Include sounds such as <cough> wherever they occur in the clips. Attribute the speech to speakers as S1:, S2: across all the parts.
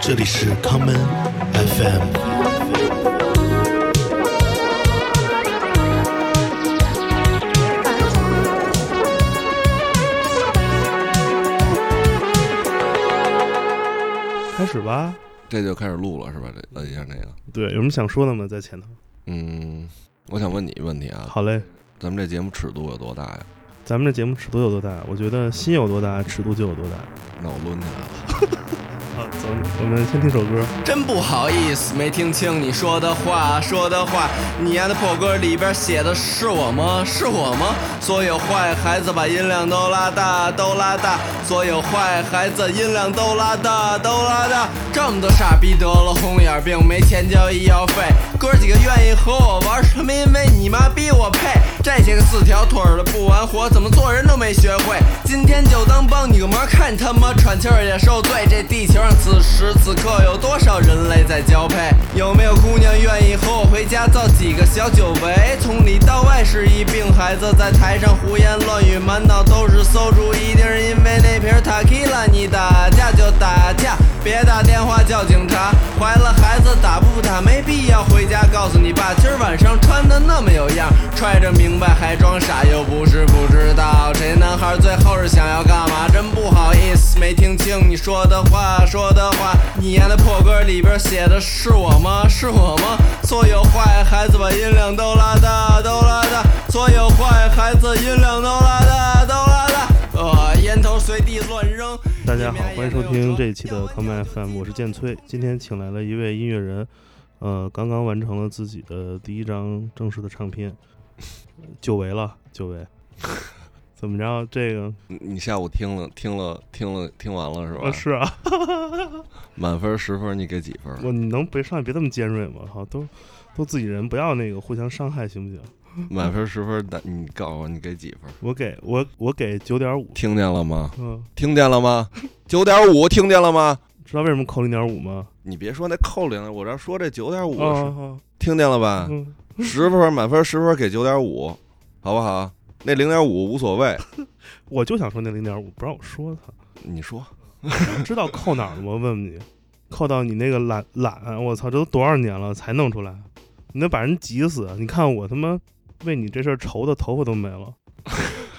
S1: 这里是 common FM。
S2: 开始吧。
S3: 这就开始录了是吧？这呃摁一下那个，
S2: 对，有什么想说的吗？在前头。
S3: 嗯，我想问你一问题啊，
S2: 好嘞，
S3: 咱们这节目尺度有多大呀？
S2: 咱们这节目尺度有多大？我觉得心有多大，尺度就有多大。
S3: 那我抡起来了。
S2: 好，走，我们先听首歌。
S4: 真不好意思，没听清你说的话，说的话。你丫的破歌里边写的是我吗？是我吗？所有坏孩子把音量都拉大，都拉大。所有坏孩子音量都拉大，都拉大。这么多傻逼得了红眼病，没钱交医药费。哥几个愿意和我玩什么？因为你妈逼我配。这些个四条腿儿的不玩火，怎么做人都没学会。今天就当帮你个忙，看他妈喘气儿也受罪。这地球上此时此刻有多少人类在交配？有没有姑娘愿意和我回家造几个小酒围？从里到外是一病孩子，在台上胡言乱语，满脑都是馊主意。一定是因为那瓶塔 q 拉，你打架就打架，别打电话叫警察。怀了孩子打不打没必要，回家告诉你爸，今儿晚上穿的那么有样，揣着明白还装傻，又不是不知道。这男孩最后是想要干嘛？真不好意思，没听清你说的话，说的话。你演的破歌里边写的是我吗？是我吗？所有坏孩子把音量都拉大，都拉大。所有坏孩子音量都拉大，都拉大。呃，烟头随地乱扔。
S2: 大家好，欢迎收听这一期的 Common FM，我是建崔。今天请来了一位音乐人，呃，刚刚完成了自己的第一张正式的唱片，久违了，久违。 <laughs> 怎么着？这个
S3: 你你下午听了听了听了听完了是吧？
S2: 啊是啊，
S3: 满分十分，你给几分？
S2: 我你能别上来别这么尖锐吗？好，都都自己人，不要那个互相伤害，行不行？
S3: 满分十分，那你告诉我你给几分？
S2: 我给我我给九点五，
S3: 听见了吗？
S2: 嗯，
S3: 听见了吗？九点五，听见了吗？
S2: 知道为什么扣零点五吗？
S3: 你别说那扣零了，我这说这九点五，
S2: 啊，
S3: 听见了吧？
S2: 嗯，
S3: 十分满分十分给九点五，好不好？那零点五无所谓，
S2: 我就想说那零点五，不让我说他，
S3: 你说
S2: 知道扣哪儿了吗？问问你，扣到你那个懒懒，我操，这都多少年了才弄出来，你能把人急死！啊你看我他妈为你这事儿愁的头发都没了。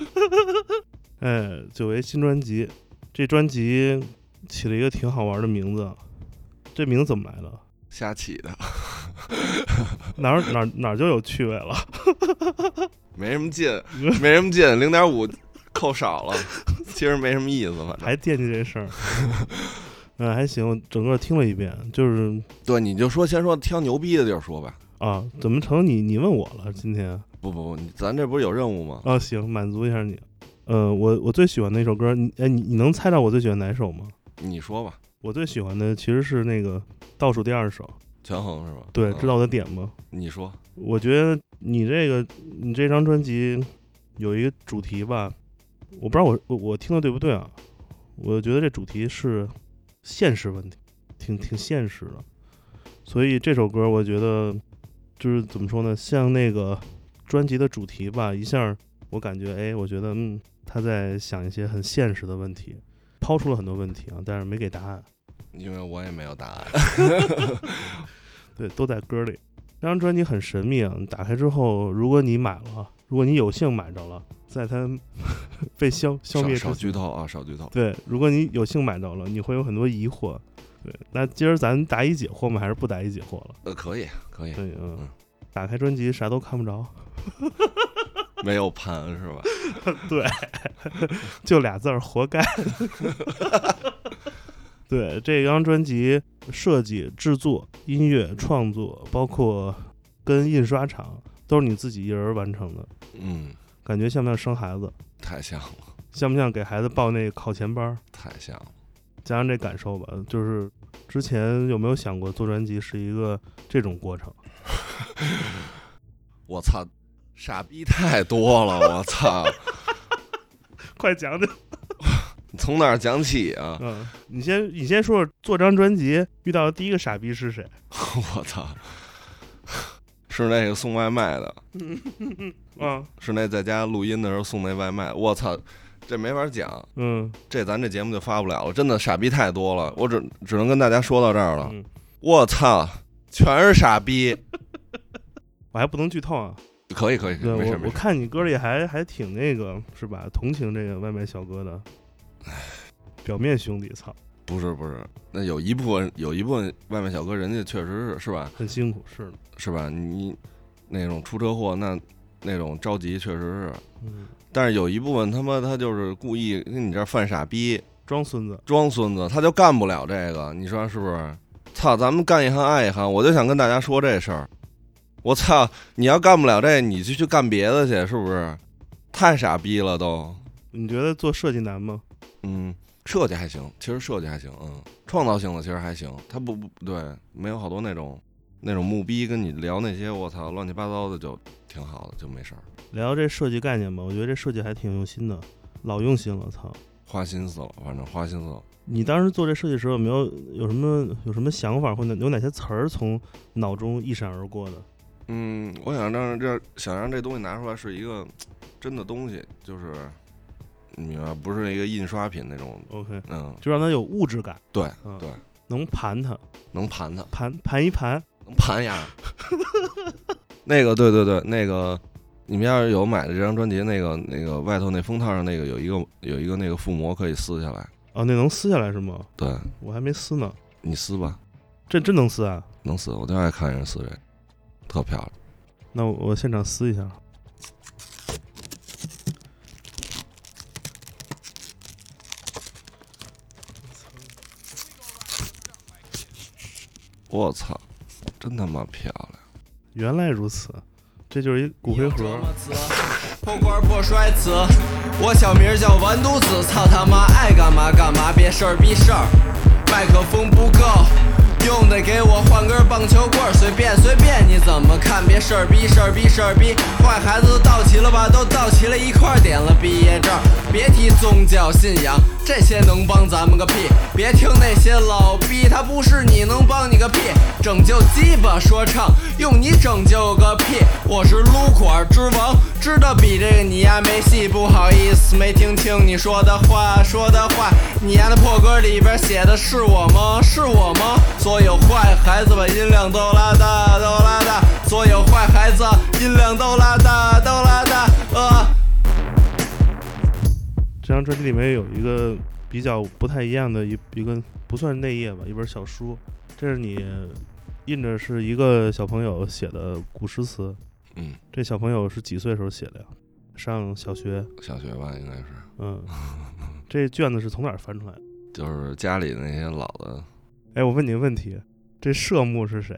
S2: <laughs> 哎，久违新专辑，这专辑起了一个挺好玩的名字，这名字怎么来的？
S3: 瞎起的，
S2: 哪儿哪儿哪儿就有趣味了？
S3: 没什么劲，没什么劲，零点五扣少了， <laughs> 其实没什么意思，反正
S2: 还惦记这事儿。嗯，还行，我整个听了一遍，就是
S3: 对，你就说先说挑牛逼的地儿说吧。
S2: 啊，怎么成你你问我了？今天
S3: 不不不，你咱这不是有任务吗？
S2: 啊，行，满足一下你。呃，我我最喜欢的一首歌，你哎，你你能猜到我最喜欢哪首吗？
S3: 你说吧，
S2: 我最喜欢的其实是那个倒数第二首，
S3: 权衡是吧？
S2: 对，
S3: 嗯
S2: 知道我的点吗？
S3: 你说，
S2: 我觉得你这个你这张专辑有一个主题吧，我不知道我我我听的对不对啊？我觉得这主题是现实问题，挺挺现实的。所以这首歌我觉得就是怎么说呢，像那个专辑的主题吧，一下我感觉哎，我觉得嗯，他在想一些很现实的问题，抛出了很多问题啊，但是没给答案。
S3: 因为我也没有答案。
S2: 对，都在歌里。这张专辑很神秘啊，你打开之后，如果你买了，如果你有幸买着了，在它 <laughs> 被消 <laughs> 消灭
S3: 少
S2: 之
S3: 少
S2: 前，
S3: 剧透啊，少剧透。
S2: 对，如果你有幸买着了，你会有很多疑惑。对，那今儿咱答疑解惑吗？还是不答疑解惑了？
S3: 呃，可以可以，
S2: 对，嗯
S3: 嗯，
S2: 打开专辑啥都看不着，
S3: 没有盘是吧？
S2: 就俩字儿，活该。对，这张专辑设计、制作、音乐创作，包括跟印刷厂，都是你自己一人儿完成的。
S3: 嗯，
S2: 感觉像不像生孩子？
S3: 太像了，
S2: 像不像给孩子报那个考前班儿？
S3: 太像了。
S2: 加上这感受吧，就是之前有没有想过做专辑是一个这种过程？
S3: 我操，傻逼太
S2: <laughs>
S3: 多了，我操，
S2: <laughs> 快讲讲，
S3: 从哪儿讲起啊？ <laughs>
S2: 嗯，你先你先说说做张专辑遇到的第一个傻逼是谁？
S3: 我操，是那个送外卖的，
S2: 啊，
S3: 是那在家录音的时候送那外卖，我操，这没法讲，
S2: 嗯
S3: 这咱这节目就发不了了，真的傻逼太多了，我只只能跟大家说到这儿了。
S2: 嗯，
S3: 我操，全是傻逼！
S2: 我还不能剧透啊。
S3: 可以可以，可
S2: 对
S3: 以没事
S2: 我
S3: 没
S2: 我
S3: 事，
S2: 看你歌里还还挺那个是吧？同情这个外卖小哥
S3: <laughs>
S2: 的，表面兄弟，操，
S3: 不是不是，那有一部分有一部分外卖小哥，人家确实是是吧
S2: 很辛苦，是的，
S3: 是吧？你那种出车祸那那种着急确实是，
S2: 嗯，
S3: 但是有一部分他妈他就是故意跟你这儿犯傻逼
S2: 装孙子，
S3: 装孙子，他就干不了这个，你说是不是？操，咱们干一行爱一行，我就想跟大家说这事儿。我操，你要干不了这，你就去干别的去，是不是？太傻逼了都。
S2: 你觉得做设计难吗？
S3: 嗯，设计还行，其实设计还行，嗯，创造性的其实还行，他不不对，没有好多那种那种木逼跟你聊那些我操乱七八糟的就挺好的，就没事儿，
S2: 聊这设计概念吧，我觉得这设计还挺用心的，老用心了，操！
S3: 花心思了，反正花心思了。
S2: 你当时做这设计时候有没有有什么有什么想法，或者有哪些词儿从脑中一闪而过的？
S3: 嗯，我想让这想让这东西拿出来是一个真的东西，就是你明白，不是一个印刷品那种，
S2: OK，
S3: 嗯，
S2: 就让它有物质感，
S3: 对
S2: 啊
S3: 对，
S2: 能盘它，
S3: 能盘它，
S2: 盘盘一盘，
S3: 能盘呀。 <laughs> 那个，对对对，那个，你们要是有买的这张专辑，那个那个外头那封套上那个有一个有一个那个附膜可以撕下来，
S2: 哦，那能撕下来是吗？
S3: 对
S2: 我还没撕呢，
S3: 你撕吧，
S2: 这真能撕啊？
S3: 能撕，我就爱看人撕这，特漂亮。
S2: 那我我现场撕一下。
S3: 我操，真他妈漂亮！
S2: 原来如此，这就是一骨灰盒。
S4: 破罐破摔词，我小名叫完犊子，操他妈爱干嘛干嘛，别事儿逼事儿。麦克风不够，用得给我换根棒球棍儿，随便随便你怎么看，别事儿逼事儿逼事儿逼。坏孩子都到齐了吧？都到齐了，一块儿点了毕业证儿。别提宗教信仰，这些能帮咱们个屁！别听那些老逼，他不是你能帮你个屁。拯救鸡巴说唱，用你拯救个屁！我是撸管之王，知道比这个你丫没戏。不好意思，没听清你说的话，说的话。你丫的破歌里边写的是我吗？是我吗？所有坏孩子把音量都拉大，都拉大。所有坏孩子音量都拉大，都拉大。呃，
S2: 这张专辑里面有一个比较不太一样的一一个不算内页吧，一本小书，这是你印着是一个小朋友写的古诗词。
S3: 嗯，
S2: 这小朋友是几岁时候写的呀？上小学。
S3: 小学吧，应该是，
S2: 嗯，这卷子是从哪儿翻出来的？
S3: 就是家里那些老的，
S2: 哎，我问你个问题，这社目是谁？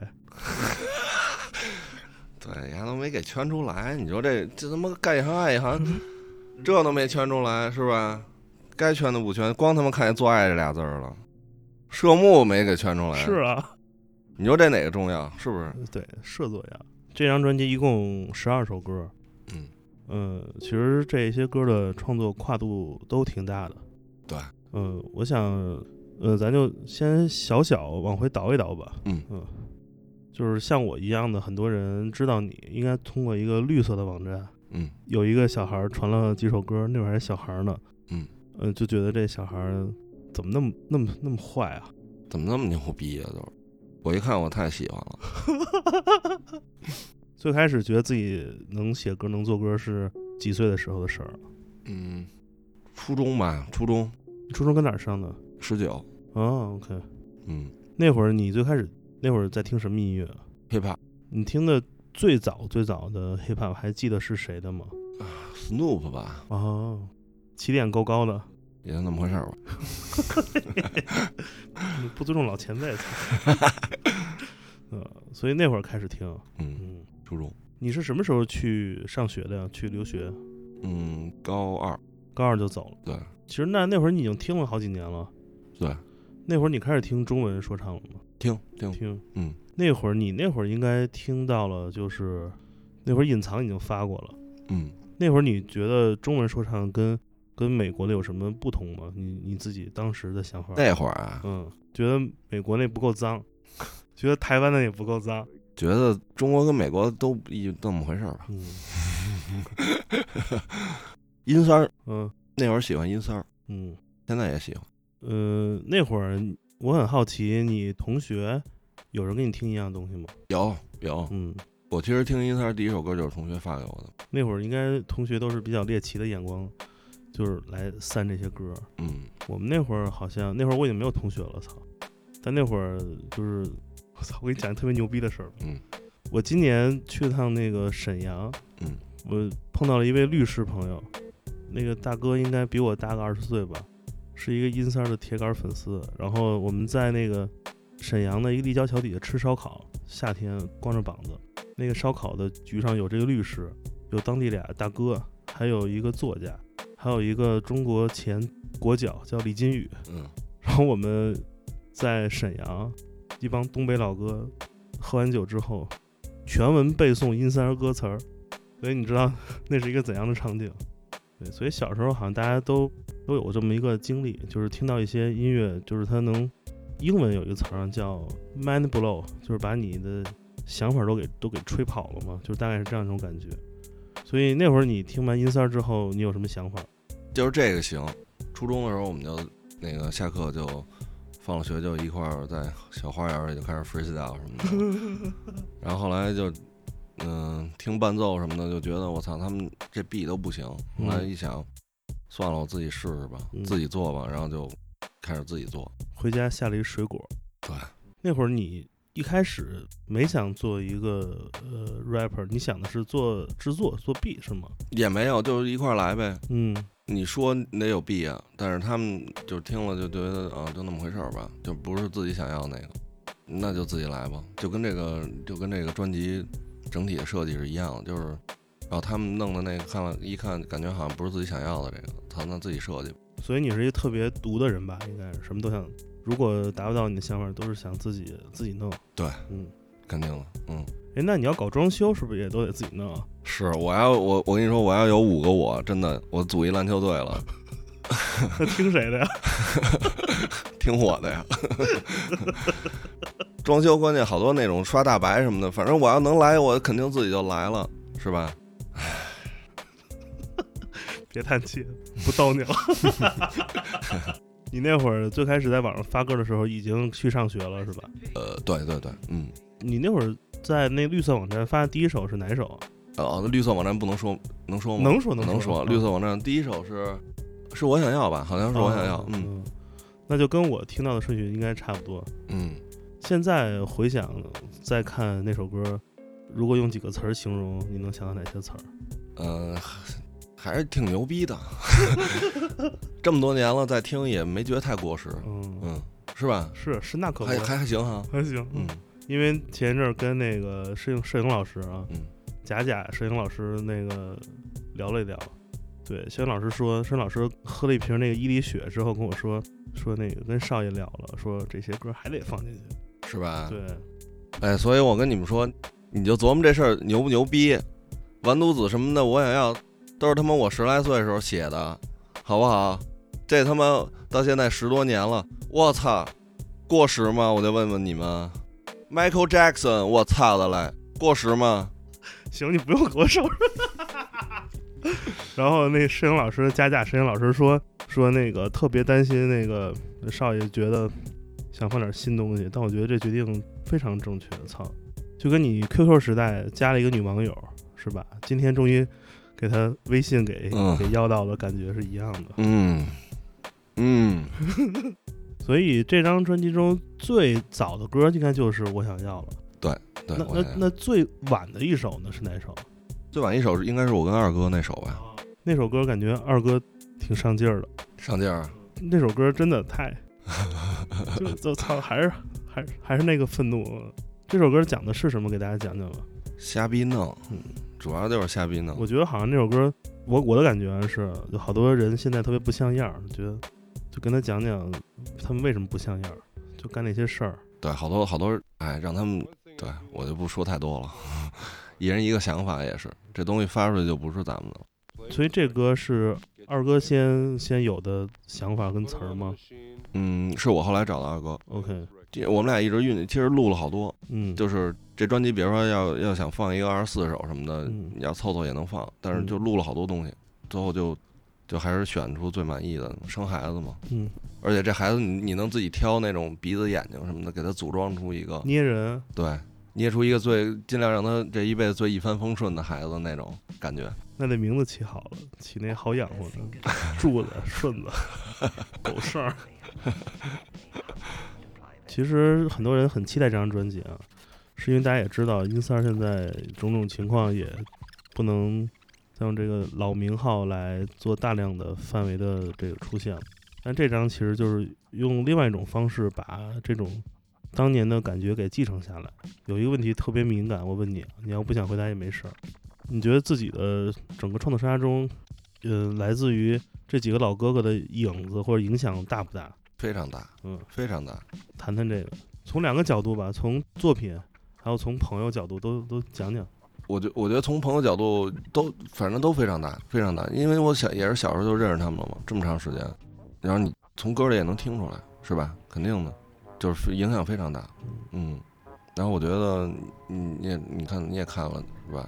S3: 对，人家都没给圈出来。你说这这他妈干一行爱一行，这都没圈出来是吧？该圈的不圈，光他妈看见“做爱”这俩字儿了，社目没给圈出来。
S2: 是，嗯啊，
S3: 你说这哪个重要？是不是？
S2: <laughs> 对，社作呀。这张专辑一共十二首歌，
S3: 嗯，
S2: 呃，其实这些歌的创作跨度都挺大的。
S3: 对，
S2: 呃，我想，呃，咱就先小小往回倒一倒吧。
S3: 嗯
S2: 就是像我一样的很多人知道你，应该通过一个绿色的网站，
S3: 嗯，
S2: 有一个小孩儿传了几首歌，那会儿还是小孩儿呢。
S3: 嗯，
S2: 呃，就觉得这小孩儿怎么那么那么那么坏啊？ <laughs>
S3: 怎么那么牛逼呀、都，我一看我太喜欢了。
S2: 最开始觉得自己能写歌能做歌是几岁的时候的事儿？
S3: 嗯，初中吧，初中
S2: 初中跟哪儿上的？
S3: 十九，
S2: 哦，OK，
S3: 嗯
S2: 那会儿你最开始那会儿在听什么音乐啊？
S3: ，hiphop
S2: 你听的最早最早的 hip hop 还记得是谁的吗？
S3: Snoop 吧，
S2: 哦，起点够高的， <laughs>
S3: 也就那么回事儿吧。
S2: 你不尊重老前
S3: <laughs>
S2: 辈。呃，所以那会儿开始听，
S3: 嗯，
S2: 嗯，
S3: 初中，
S2: 你是什么时候去上学的呀？去留学，
S3: 嗯，高二，
S2: 高二就走了。
S3: 对
S2: 其实那那会儿你已经听了好几年了，
S3: 对，
S2: 那会儿你开始听中文说唱了吗？
S3: 听听，
S2: 听，
S3: 嗯，
S2: 那会儿你那会儿应该听到了，就是那会儿隐藏已经发过了。
S3: 嗯，
S2: 那会儿你觉得中文说唱跟跟美国的有什么不同吗？你你自己当时的想法？
S3: 那会儿啊，
S2: 嗯，觉得美国那不够脏， <laughs> 觉得台湾的也不够脏。
S3: 觉得中国跟美国都一那么回事儿吧。
S2: 嗯
S3: 阴三儿
S2: 嗯，
S3: 那会儿喜欢音三儿，
S2: 嗯，
S3: 现在也喜欢。
S2: 呃，那会儿我很好奇，你同学有人跟你听一样东西吗？
S3: 有有，
S2: 嗯，
S3: 我其实听音三儿第一首歌就是同学发给我的。
S2: 那会儿应该同学都是比较猎奇的眼光，就是来散这些歌。
S3: 嗯，
S2: 我们那会儿好像那会儿我已经没有同学了，操！但那会儿就是我操，我给你讲一特别牛逼的事儿。
S3: 嗯，
S2: 我今年去趟那个沈阳，
S3: 嗯，
S2: 我碰到了一位律师朋友，那个大哥应该比我大个二十岁吧，是一个阴三儿的铁杆粉丝。然后我们在那个沈阳的一个立交桥底下吃烧烤，夏天光着膀子，那个烧烤的局上有这个律师，有当地俩大哥，还有一个作家，还有一个中国前国脚叫李金羽。
S3: 嗯，
S2: <laughs> 然后我们在沈阳，一帮东北老哥喝完酒之后，全文背诵阴三儿歌词儿，所以你知道 <laughs> 那是一个怎样的场景。对，所以小时候好像大家都都有这么一个经历，就是听到一些音乐，就是它能英文有一个词儿上叫 mind blow，就是把你的想法都给都给吹跑了嘛，就是大概是这样一种感觉。所以那会儿你听完阴三儿之后，你有什么想法？
S3: 就是这个行。初中的时候，我们就那个下课就放了学就一块儿在小花园里就开始 freestyle 什么的， <laughs> 然后后来就嗯、听伴奏什么的，就觉得我操他们这 B 都不行。后来一想，算了，我自己试试吧，
S2: 嗯
S3: 自己做吧，然后就开始自己做。
S2: 回家下了一水果。
S3: 对，
S2: 那会儿你一开始没想做一个呃 rapper，你想的是做制作做 B 是吗？
S3: 也没有，就是一块儿来呗。
S2: 嗯
S3: 你说你得有 B 啊，但是他们就听了就觉得啊，就那么回事儿吧，就不是自己想要那个，那就自己来吧，就跟这个就跟这个专辑整体的设计是一样的，就是，然后他们弄的那个看了一看，感觉好像不是自己想要的这个，他那自己设计吧，
S2: 所以你是一个特别独的人吧？应该是什么都想，如果达不到你的想法，都是想自己自己弄。
S3: 对，
S2: 嗯，
S3: 肯定了，嗯，
S2: 哎，那你要搞装修是不是也都得自己弄啊？ <laughs>
S3: 是我要我我跟你说，我要有五个我，真的我组一篮球队了，
S2: 那听谁的呀？
S3: 听我的呀。 <laughs> 装修关键好多那种刷大白什么的，反正我要能来，我肯定自己就来了，是吧？
S2: 别叹气，不逗你了。 <laughs> 你那会儿最开始在网上发歌的时候，已经去上学了是吧？
S3: 呃，对对对，嗯，
S2: 你那会儿在那绿色网站发的第一首是哪一首啊？
S3: 哦，那绿色网站不能说，能说吗？
S2: 能说
S3: 哦能
S2: 能
S3: 说。
S2: 嗯
S3: 绿色网站第一首是，是我想要吧？好像是我想要
S2: 哦，
S3: 嗯
S2: 嗯，那就跟我听到的顺序应该差不多。
S3: 嗯，
S2: 现在回想再看那首歌，如果用几个词儿形容，你能想到哪些词儿？
S3: 呃，还是挺牛 <laughs> 逼的，这么多年了再听也没觉得太过时，
S2: 嗯，
S3: 嗯，是吧？
S2: 是是，那可不
S3: 还还还行哈，
S2: <laughs> 还行。
S3: 嗯，
S2: 因为前一阵儿跟那个摄影摄影老师啊，
S3: 嗯
S2: 贾贾摄影老师那个聊了一聊。对，摄影老师说，摄影老师喝了一瓶那个伊犁雪之后跟我说，说那个跟少爷聊了，说这些歌还得放进去。
S3: 是吧？
S2: 对，
S3: 哎，所以我跟你们说，你就琢磨这事儿牛不牛逼，完犊子什么的，我想要，都是他妈我十来岁的时候写的，好不好？这他妈到现在十多年了，我操，过时吗？我就问问你们，Michael Jackson，我操的嘞，过时吗？
S2: 行，你不用给我收拾。然后那摄影老师加价，摄影老师说说那个特别担心那个少爷觉得想放点新东西，但我觉得这决定非常正确。操，就跟你 QQ 时代加了一个女网友是吧？今天终于给他微信给、
S3: 嗯
S2: 给要到了，感觉是一样的。
S3: 嗯嗯，
S2: 所以这张专辑中最早的歌应该就是我想要了。
S3: 对，
S2: 那
S3: 我
S2: 那
S3: 想
S2: 那最晚的一首呢是哪首？
S3: 最晚一首是应该是我跟二哥那首吧，
S2: 那首歌感觉二哥挺上劲儿的。
S3: 上劲儿，
S2: 那首歌真的太，就就操，还是还是还是那个愤怒。这首歌讲的是什么？给大家讲讲吧。
S3: 瞎逼弄
S2: 嗯，
S3: 主要就是瞎逼弄
S2: 我。觉得好像那首歌，我我的感觉是，有好多人现在特别不像样儿，觉得就跟他讲讲他们为什么不像样儿，就干那些事儿。
S3: 对，好多好多，哎，让他们对我就不说太多了， <laughs> 一人一个想法也是，这东西发出去就不是咱们的了。
S2: 所以这歌是二哥先先有的想法跟词儿吗
S3: 嗯，是我后来找的二哥，
S2: ？OK，
S3: 这我们俩一直运，其实录了好多，
S2: 嗯，
S3: 就是这专辑，比如说要要想放一个二十四首什么的，
S2: 嗯
S3: 你要凑凑也能放，但是
S2: 嗯
S3: 就录了好多东西，最后就就还是选出最满意的生孩子嘛。
S2: 嗯，
S3: 而且这孩子你你能自己挑那种鼻子、眼睛什么的，给他组装出一个，
S2: 捏人，
S3: 对，捏出一个最尽量让他这一辈子最一帆风顺的孩子那种感觉。
S2: 那得名字起好了，起那好养活的，柱子、顺子、狗剩儿。其实很多人很期待这张专辑啊，是因为大家也知道，音三儿现在种种情况也不能再用这个老名号来做大量的范围的这个出现了。但这张其实就是用另外一种方式把这种当年的感觉给继承下来。有一个问题特别敏感，我问你啊，你要不想回答也没事儿。你觉得自己的整个创作生涯中，呃，来自于这几个老哥哥的影子或者影响大不大？
S3: 非常大，
S2: 嗯，
S3: 非常大。
S2: 谈谈这个，从两个角度吧，从作品，还有从朋友角度都都讲讲。
S3: 我觉我觉得从朋友角度都反正都非常大，非常大，因为我小也是小时候就认识他们了嘛，这么长时间，然后你从歌里也能听出来，是吧？肯定的，就是影响非常大，嗯。然后我觉得你你也你看你也看了是吧？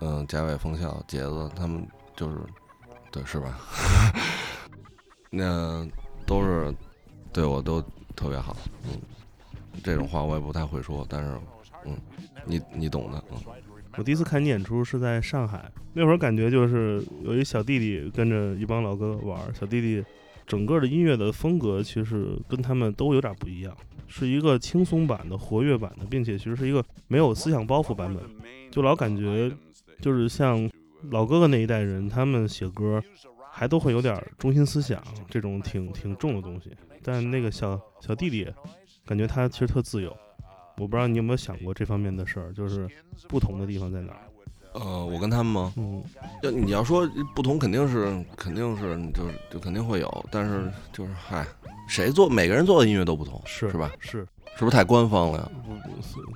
S3: 嗯，贾伟、冯笑、杰子他们就是，对是吧？ <laughs> 那都是对我都特别好，嗯。这种话我也不太会说，但是，嗯，你你懂的，嗯。
S2: 我第一次看你演出是在上海，那会儿感觉就是有一小弟弟跟着一帮老哥哥玩儿，小弟弟整个的音乐的风格其实跟他们都有点不一样，是一个轻松版的、活跃版的，并且其实是一个没有思想包袱版本，就老感觉就是像老哥哥那一代人，他们写歌还都会有点中心思想这种挺挺重的东西，但那个小小弟弟感觉他其实特自由。我不知道你有没有想过这方面的事儿，就是不同的地方在哪儿？
S3: 呃，我跟他们吗？
S2: 嗯，
S3: 要你要说不同，肯定是肯定是就是就肯定会有，但是就是嗨，谁做每个人做的音乐都不同，
S2: 是
S3: 是吧？
S2: 是，
S3: 是不是太官方了呀？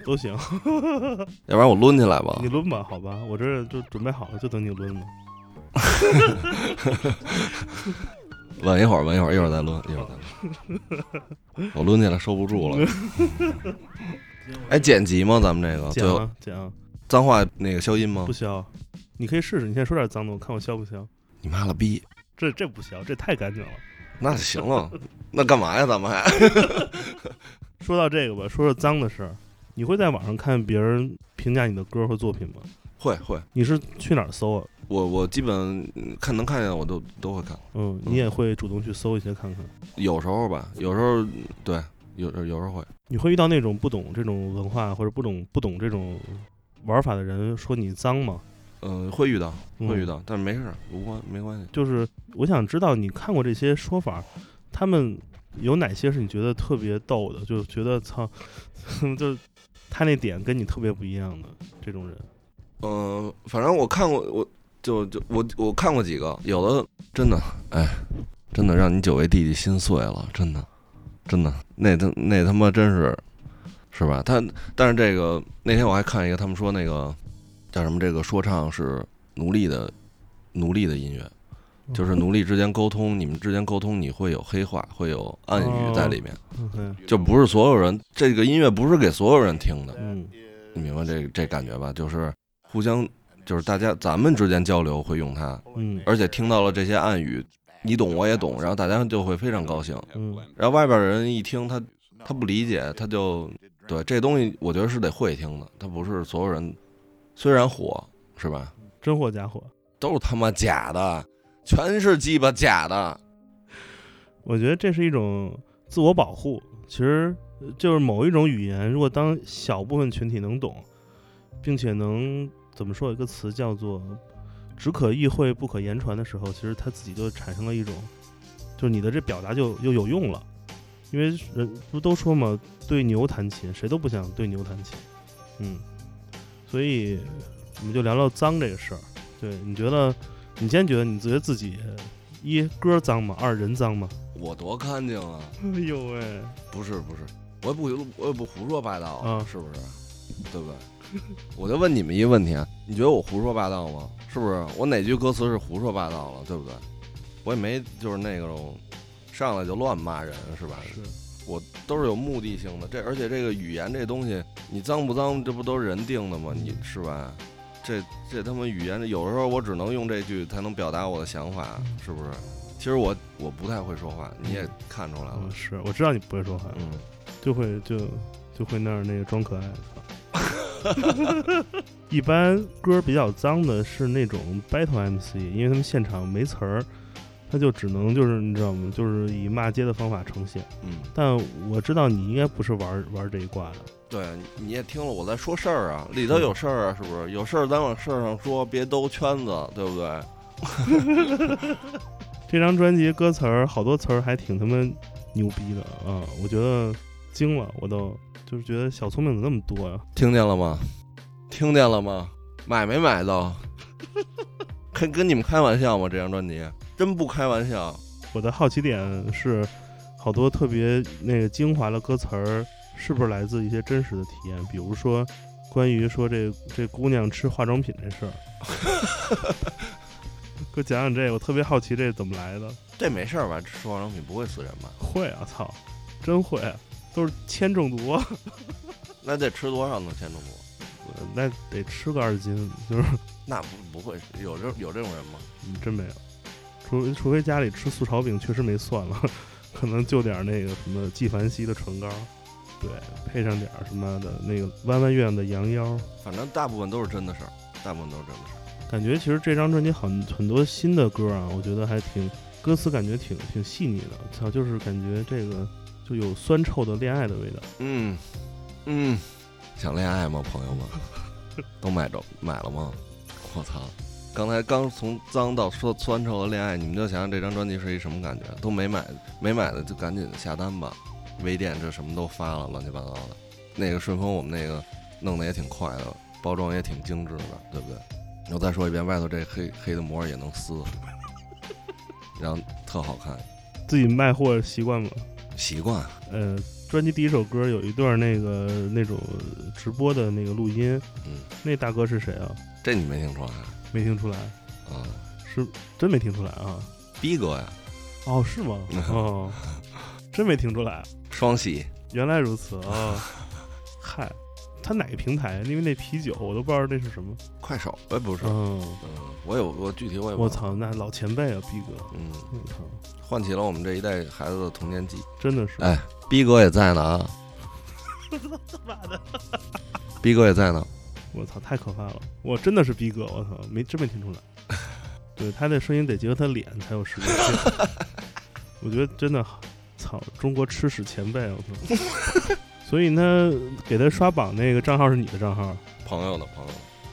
S2: 都行，
S3: 要不然我抡起来吧
S2: 你。抡吧，好吧，我这就准备好了，就等你抡了。
S3: 稳一会儿，稳一会儿，一会儿再抡，一会儿再
S2: <laughs>
S3: 抡。我抡起来收不住了。哎，剪辑吗？咱们这个最
S2: 讲
S3: 后嗯
S2: 啊讲啊，
S3: 脏话那个消音吗
S2: 不？消，你可以试试，你先说点脏的，我看我消不消。
S3: 你妈了逼！
S2: 这这不消，这太干净了。
S3: 那行了， <laughs> 那干嘛呀？咱们还
S2: 说到这个吧，说说脏的事儿，你会在网上看别人评价你的歌或作品吗？
S3: 会会，
S2: 你是去哪儿搜啊？
S3: 我我基本嗯看能看见的我都都会看。
S2: 嗯，你也会主动去搜一些看看。
S3: 有时候吧，有时候对，有有时候会。
S2: 你会遇到那种不懂这种文化或者不懂不懂这种玩法的人说你脏吗？
S3: 嗯、会遇到，
S2: 嗯
S3: 会遇到，但是没事儿，无关，没关系。
S2: 就是我想知道你看过这些说法，他们有哪些是你觉得特别逗的，就觉得操， <laughs> 就是他那点跟你特别不一样的这种人，
S3: 嗯、反正我看过，我就就我我看过几个，有的真的，哎，真的让你九位弟弟心碎了，真的，真的，那他那他妈真是，是吧？他但是这个那天我还看一个，他们说那个叫什么，这个说唱是奴隶的奴隶的音乐。就是奴隶之间沟通，你们之间沟通，你会有黑话，会有暗语在里面，
S2: 嗯
S3: 就不是所有人，这个音乐不是给所有人听的，
S2: 嗯
S3: 你明白这这感觉吧？就是互相，就是大家咱们之间交流会用它，
S2: 嗯
S3: 而且听到了这些暗语，你懂我也懂，然后大家就会非常高兴。
S2: 嗯
S3: 然后外边人一听他他不理解，他就对这东西，我觉得是得会听的，他不是所有人，虽然火是吧，
S2: 真货假货。
S3: 都是他妈假的，全是鸡巴假的。
S2: 我觉得这是一种自我保护，其实呃就是某一种语言，如果当小部分群体能懂，并且能怎么说有一个词叫做“只可意会不可言传”的时候，其实它自己就产生了一种，就是你的这表达就又有用了。因为人不都说嘛，对牛弹琴，谁都不想对牛弹琴，嗯，所以我们就聊聊脏这个事儿。对，你觉得，你先觉得你觉得自己一歌脏吗？二人脏吗？
S3: 我多干净啊！
S2: <laughs> 哎呦喂，
S3: 不是不是，我也不我也不胡说八道
S2: 嗯
S3: 是不是？对不 <laughs> 对？我就问你们一个问题啊，你觉得我胡说八道吗？是不是？我哪句歌词是胡说八道了？对不对？我也没就是那种上来就乱骂人是吧？
S2: 是
S3: 我都是有目的
S2: 嗯
S3: 性的，这而且这个语言这东西，你脏不脏，这不都是人定的吗？你是吧？这这他妈语言，有时候我只能用这句才能表达我的想法，是不是？其实我我不太会说话，你也看出来了
S2: 嗯，。是我知道你不会说话，
S3: 嗯，
S2: 就会就就会那儿那个装可爱。 <laughs> 一般歌比较脏的是那种 battle MC，因为他们现场没词儿，他就只能就是你知道吗？就是以骂街的方法呈现。
S3: 嗯，
S2: 但我知道你应该不是玩玩这一挂的，
S3: 对，你也听了我在说事儿啊，里头有事儿啊，是不是？有事儿咱往事儿上说，别兜圈子，对不对？
S2: 这张专辑歌词儿好多词儿还挺他妈牛逼的啊！我觉得惊了，我都就是觉得小聪明怎么那么多啊呀、
S3: 听见了吗？听见了吗？买没买到？ <laughs> 跟跟你们开玩笑吗？这张专辑真不开玩笑。
S2: 我的好奇点是，好多特别那个精华的歌词儿，是不是来自一些真实的体验？比如说，关于说这这姑娘吃化妆品这事儿， <laughs> 给我讲讲这个，我特别好奇这怎么来的。
S3: 这没事儿吧？吃化妆品不会死人吧？
S2: 会啊，操，真会、啊，都是铅中毒、啊， <laughs>
S3: 那得吃多少呢？千中毒？
S2: 那得吃个二斤，就是
S3: 那不不会有这有这种人吗？
S2: 嗯真没有，除除非家里吃素炒饼确实没蒜了， <laughs> 可能就点儿那个什么纪梵希的唇膏，对，配上点儿什么的那个弯弯月亮的羊腰，
S3: 反正大部分都是真的事儿，大部分都是真的事儿。
S2: 感觉其实这张专辑很很多新的歌啊，我觉得还挺歌词感觉挺挺细腻的，操，就是感觉这个就有酸臭的恋爱的味道。
S3: 嗯嗯，想恋爱吗，朋友们？都买着买了吗？ <laughs> 我操！刚才刚从脏到酸酸臭的恋爱，你们就想想这张专辑是一什么感觉？都没买没买的就赶紧下单吧。微店这什么都发了，乱七八糟的。那个顺丰我们那个弄得也挺快的，包装也挺精致的，对不对？我再说一遍，外头这黑黑的膜也能 <laughs> 撕，然后特好看，
S2: 自己卖货习惯吗？
S3: 习惯。
S2: 呃，专辑第一首歌有一段那个那种直播的那个录音，
S3: 嗯，
S2: 那大哥是谁啊？
S3: 这你没听说啊？
S2: 没听出来。
S3: 啊，
S2: 是真没听出来啊？
S3: 逼哥呀，
S2: 哦，是吗？哦， <laughs> 真没听出来，
S3: 双喜，
S2: 原来如此啊、嗨，他哪个平台？因为那啤酒我都不知道那是什么。
S3: 快手，哎，不是，
S2: 哦，
S3: 嗯，我有我具体我也
S2: 我
S3: 忘了，
S2: 操，那老前辈啊，逼哥，
S3: 嗯，
S2: 我操，
S3: 唤起了我们这一代孩子的童年记忆。
S2: 真的是。
S3: 哎逼哥也在呢啊，逼哥也在呢，
S2: 我操，太可怕了！我真的是逼哥，我操，没真没听出来。对他的声音得结合他脸才有实力。这 <laughs> 我觉得真的，操，中国吃屎前辈，啊我操。 <laughs> 所以呢，给他刷榜那个账号是你的账号，
S3: 朋友的朋友，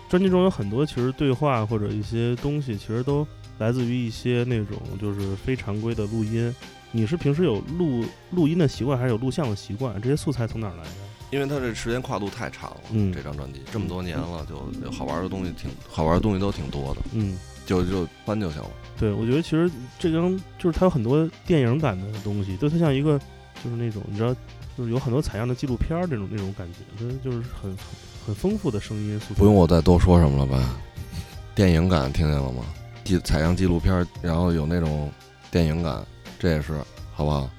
S2: 专辑中有很多其实对话或者一些东西，其实都来自于一些那种就是非常规的录音。你是平时有录录音的习惯，还是有录像的习惯？这些素材从哪儿来的？
S3: 因为他这时间跨度太长了，
S2: 嗯
S3: 这张专辑这么多年了，就就好玩的东西挺好玩的东西都挺多的，
S2: 嗯，
S3: 就就翻就行了。
S2: 对，我觉得其实这张就是它有很多电影感的东西，就它像一个就是那种你知道，就是有很多采样的纪录片儿这种那种感觉，就是就是很很很丰富的声音素材。
S3: 不用我再多说什么了吧？电影感听见了吗？纪采样纪录片，然后有那种电影感，这也是好不好？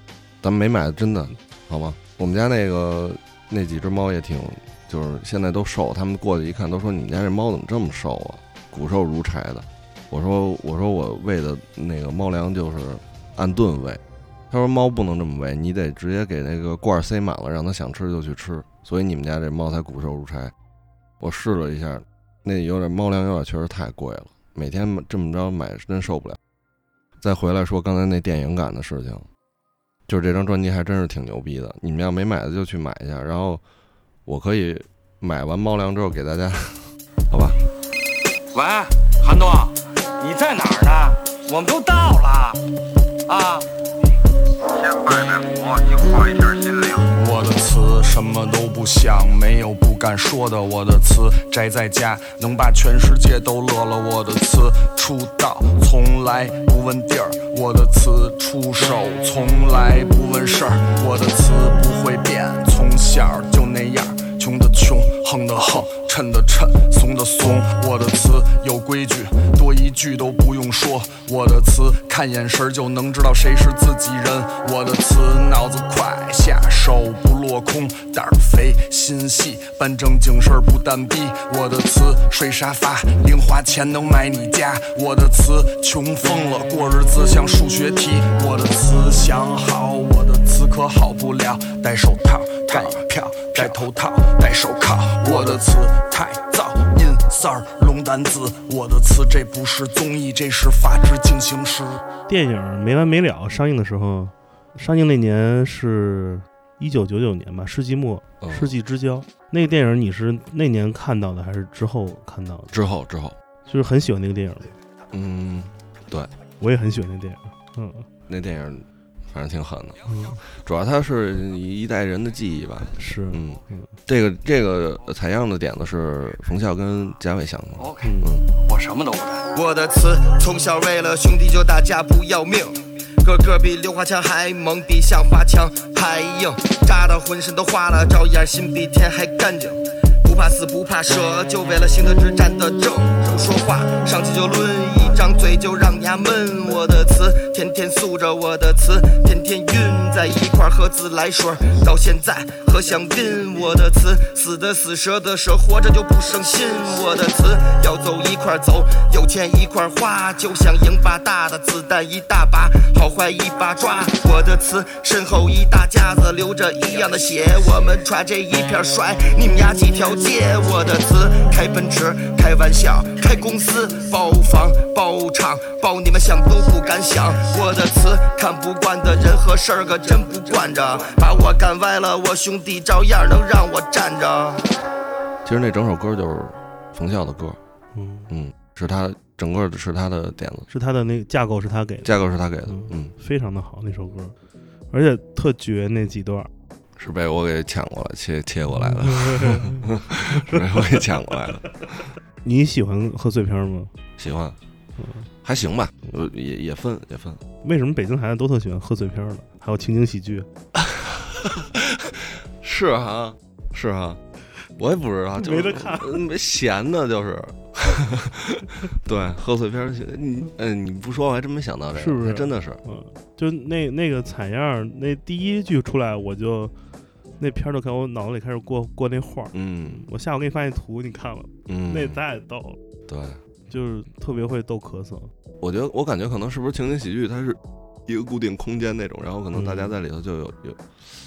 S3: 咱们没买的真的好吗？我们家那个那几只猫也挺，就是现在都瘦，他们过去一看都说你们家这猫怎么这么瘦啊？骨瘦如柴的。我说我说我喂的那个猫粮就是按顿喂，他说猫不能这么喂，你得直接给那个罐儿塞满了，让它想吃就去吃，所以你们家这猫才骨瘦如柴。我试了一下，那有点猫粮有点确实太贵了，每天这么着买真受不了。再回来说刚才那电影感的事情，就是这张专辑还真是挺牛逼的。你们要没买的就去买一下，然后我可以买完猫粮之后给大家， <laughs> 好吧？
S5: 喂，韩东，你在哪儿呢？我们都到了，啊。我的词什么都不想，没有不敢说的。我的词宅在家，能把全世界都乐了。我的词出道从来不问地儿，我的词出手从来不问事儿，我的词不会变，从小就那样。穷的穷，横的横，衬的衬，怂的怂。我的词有规矩，多一句都不用说。我的词看。看眼神就能知道谁是自己人。我的词脑子快，下手不落空，胆儿肥，心细，办正经事儿不蛋逼。我的词睡沙发，零花钱能买你家。我的词穷疯了，过日子像数学题。我的词想好，我的词可好不了，戴手套，太票，戴头套，戴手铐。我的词太燥。音色儿龙胆子，我的词这不是综艺，这是法制进行时。
S2: 电影儿没完没了上映的时候，上映那年是一九九九年吧，世纪末，
S3: 嗯
S2: 世纪之交。那个电影你是那年看到的，还是之后看到的？
S3: 之后之后，
S2: 就是很喜欢那个电影，
S3: 嗯，
S2: 我也很喜欢那个电影。嗯，
S3: 那电影反正挺狠的，
S2: 嗯
S3: 主要它是一代人的记忆吧。
S2: 是，
S3: 嗯
S2: 嗯，
S3: 这个这个采样的点子是冯笑跟贾伟想的。
S5: OK，
S2: 嗯
S5: 我什么都不干。
S4: 我的词从小为了兄弟就打架不要命，个个比溜滑枪还猛，比像花枪还硬，扎的浑身都花了，照样心比天还干净。不怕死不怕蛇，就为了行得直站得正。不说话，上去就抡，一张嘴就让牙闷。我的词天天诉着，我的词天天晕，在一块儿喝自来水儿，到现在何想斌。我的词死的死，蛇的蛇，活着就不省心。我的词要走一块儿走，有钱一块儿花，就想赢把大的子弹一大把，好坏一把抓。我的词身后一大家子，流着一样的血，我们抓这一片儿甩，你们压几条街。我的词开奔驰，开玩笑，开公司，包房包场，包你们想都不敢想。我的词看不惯的人和事儿可真不惯着，把我干歪了，我兄弟照样能让我站着。
S3: 其实那整首歌就是冯笑的歌，
S2: 嗯，
S3: 嗯，是他整个是他的点子，
S2: 是他的那个架构是他给的，
S3: 架构是他给的，嗯，
S2: 非常的好那首歌，而且特绝那几段儿。
S3: 是被我给抢过来切切过来的，是被我给抢过来的，
S2: 你喜欢贺岁片吗？
S3: 喜欢，
S2: 嗯
S3: 还行吧，呃，也也分也分，
S2: 为什么北京孩子都特喜欢贺岁片儿呢？还有情景喜剧，
S3: 是哈是哈，我也不知道，就
S2: 没
S3: 是
S2: 得看，
S3: 没闲的，就是。 <laughs> 对，贺岁片儿，你嗯，你不说我还真没想到这个，
S2: 是不是
S3: 还真的是，
S2: 嗯，就那那个采样儿，那第一句出来我就那片儿就开我脑子里开始过过那画儿。
S3: 嗯
S2: 我下午给你发那图，你看了，
S3: 嗯，
S2: 那太逗了，
S3: 对，
S2: 就是特别会逗咳嗽。
S3: 我觉得我感觉可能是不是情景喜剧，它是一个固定空间那种，然后可能大家在里头就有有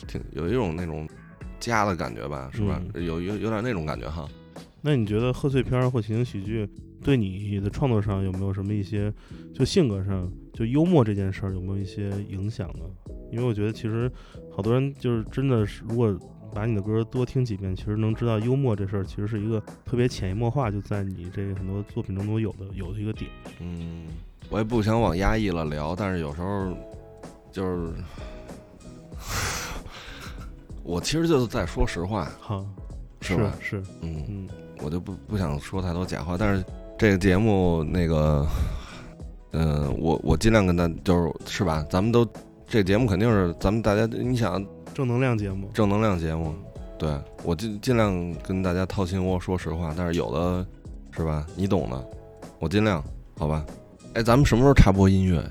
S3: 挺有一种那种家的感觉吧，是吧？有有有点那种感觉哈。
S2: 那你觉得贺岁片儿或情景喜剧对你的创作上有没有什么一些，就性格上，就幽默这件事儿有没有一些影响呢？因为我觉得其实好多人就是真的是，如果把你的歌多听几遍，其实能知道幽默这事儿其实是一个特别潜移默化就在你这个很多作品中都有的有的一个点。
S3: 嗯，我也不想往压抑了聊，但是有时候就是 <laughs> 我其实就是在说实话，
S2: 哈，
S3: 是
S2: 是
S3: 吧？
S2: 是，
S3: 嗯，
S2: 嗯
S3: 我就不不想说太多假话，但是这个节目那个，嗯、我我尽量跟大就是是吧？咱们都这个节目肯定是咱们大家，你想
S2: 正能量节目，
S3: 正能量节目，对我尽尽量跟大家掏心窝说实话，但是有的是吧？你懂的，我尽量好吧？哎，咱们什么时候插播音乐？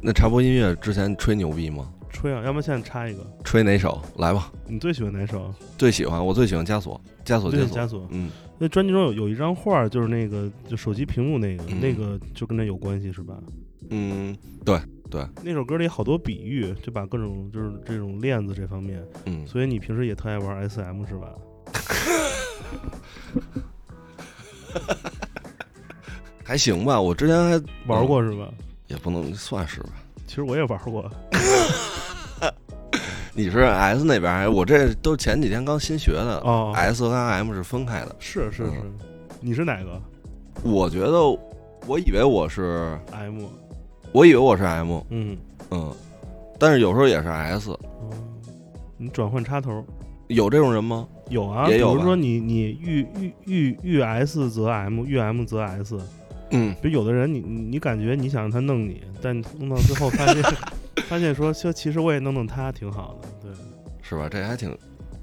S3: 那插播音乐之前吹牛逼吗？
S2: 吹啊，要不然现在插一个，
S3: 吹哪首？来吧，
S2: 你最喜欢哪首？
S3: 最喜欢我最喜欢枷锁，枷锁，
S2: 最
S3: 枷
S2: 喜欢
S3: 锁
S2: 枷，锁。
S3: 嗯，
S2: 那专辑中有有一张画儿，就是那个就手机屏幕那个，
S3: 嗯
S2: 那个就跟这有关系是吧？
S3: 嗯
S2: 那首歌里好多比喻，就把各种就是这种链子这方面，
S3: 嗯，
S2: 所以你平时也特爱玩 SM 是吧？
S3: 还行吧。我之前还
S2: 玩过
S3: 嗯
S2: 是吧？
S3: 也不能算是吧。
S2: 其实我也玩
S3: 呃
S2: 过，
S3: 你是 S 那边儿，我这都前几天刚新学的。
S2: 哦
S3: S 和 M 是分开的。
S2: 是是是，
S3: 嗯
S2: 你是哪个
S3: 我觉得，我以为我是，
S2: M？
S3: 我以为我是 M，
S2: 嗯，
S3: 嗯，但是有时候也是 S，
S2: 哦你转换插头
S3: 有这种人吗？
S2: 有啊？
S3: 也有
S2: 比
S3: 吧
S2: 如说你你遇遇遇遇 S 则 M，遇 M 则 S，
S3: 嗯，
S2: 比如有的人你你你感觉你想让他弄你，但弄到最后发
S3: <laughs>
S2: 现发现说，就其实我也弄弄他挺好的，对。
S3: 是吧？这还挺，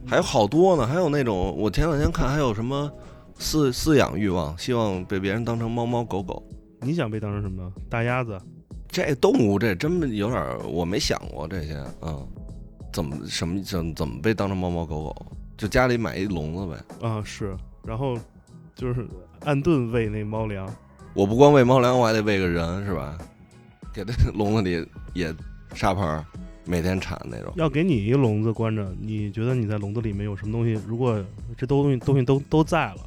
S3: 还有好多呢，还有那种我前两天看还有什么饲饲养欲望，希望被别人当成猫猫狗狗，
S2: 你想被当成什么大鸭子？
S3: 这动物这真有点儿我没想过这些，嗯，怎么什么怎么怎么被当成猫猫狗狗？就家里买一笼子呗。
S2: 啊，是，然后就是按顿喂那猫粮，
S3: 我不光喂猫粮，我还得喂个人，是吧？给它笼子里也沙盆儿，每天铲那种。
S2: 要给你一个笼子关着，你觉得你在笼子里面有什么东西？如果这都东西东西都都在了，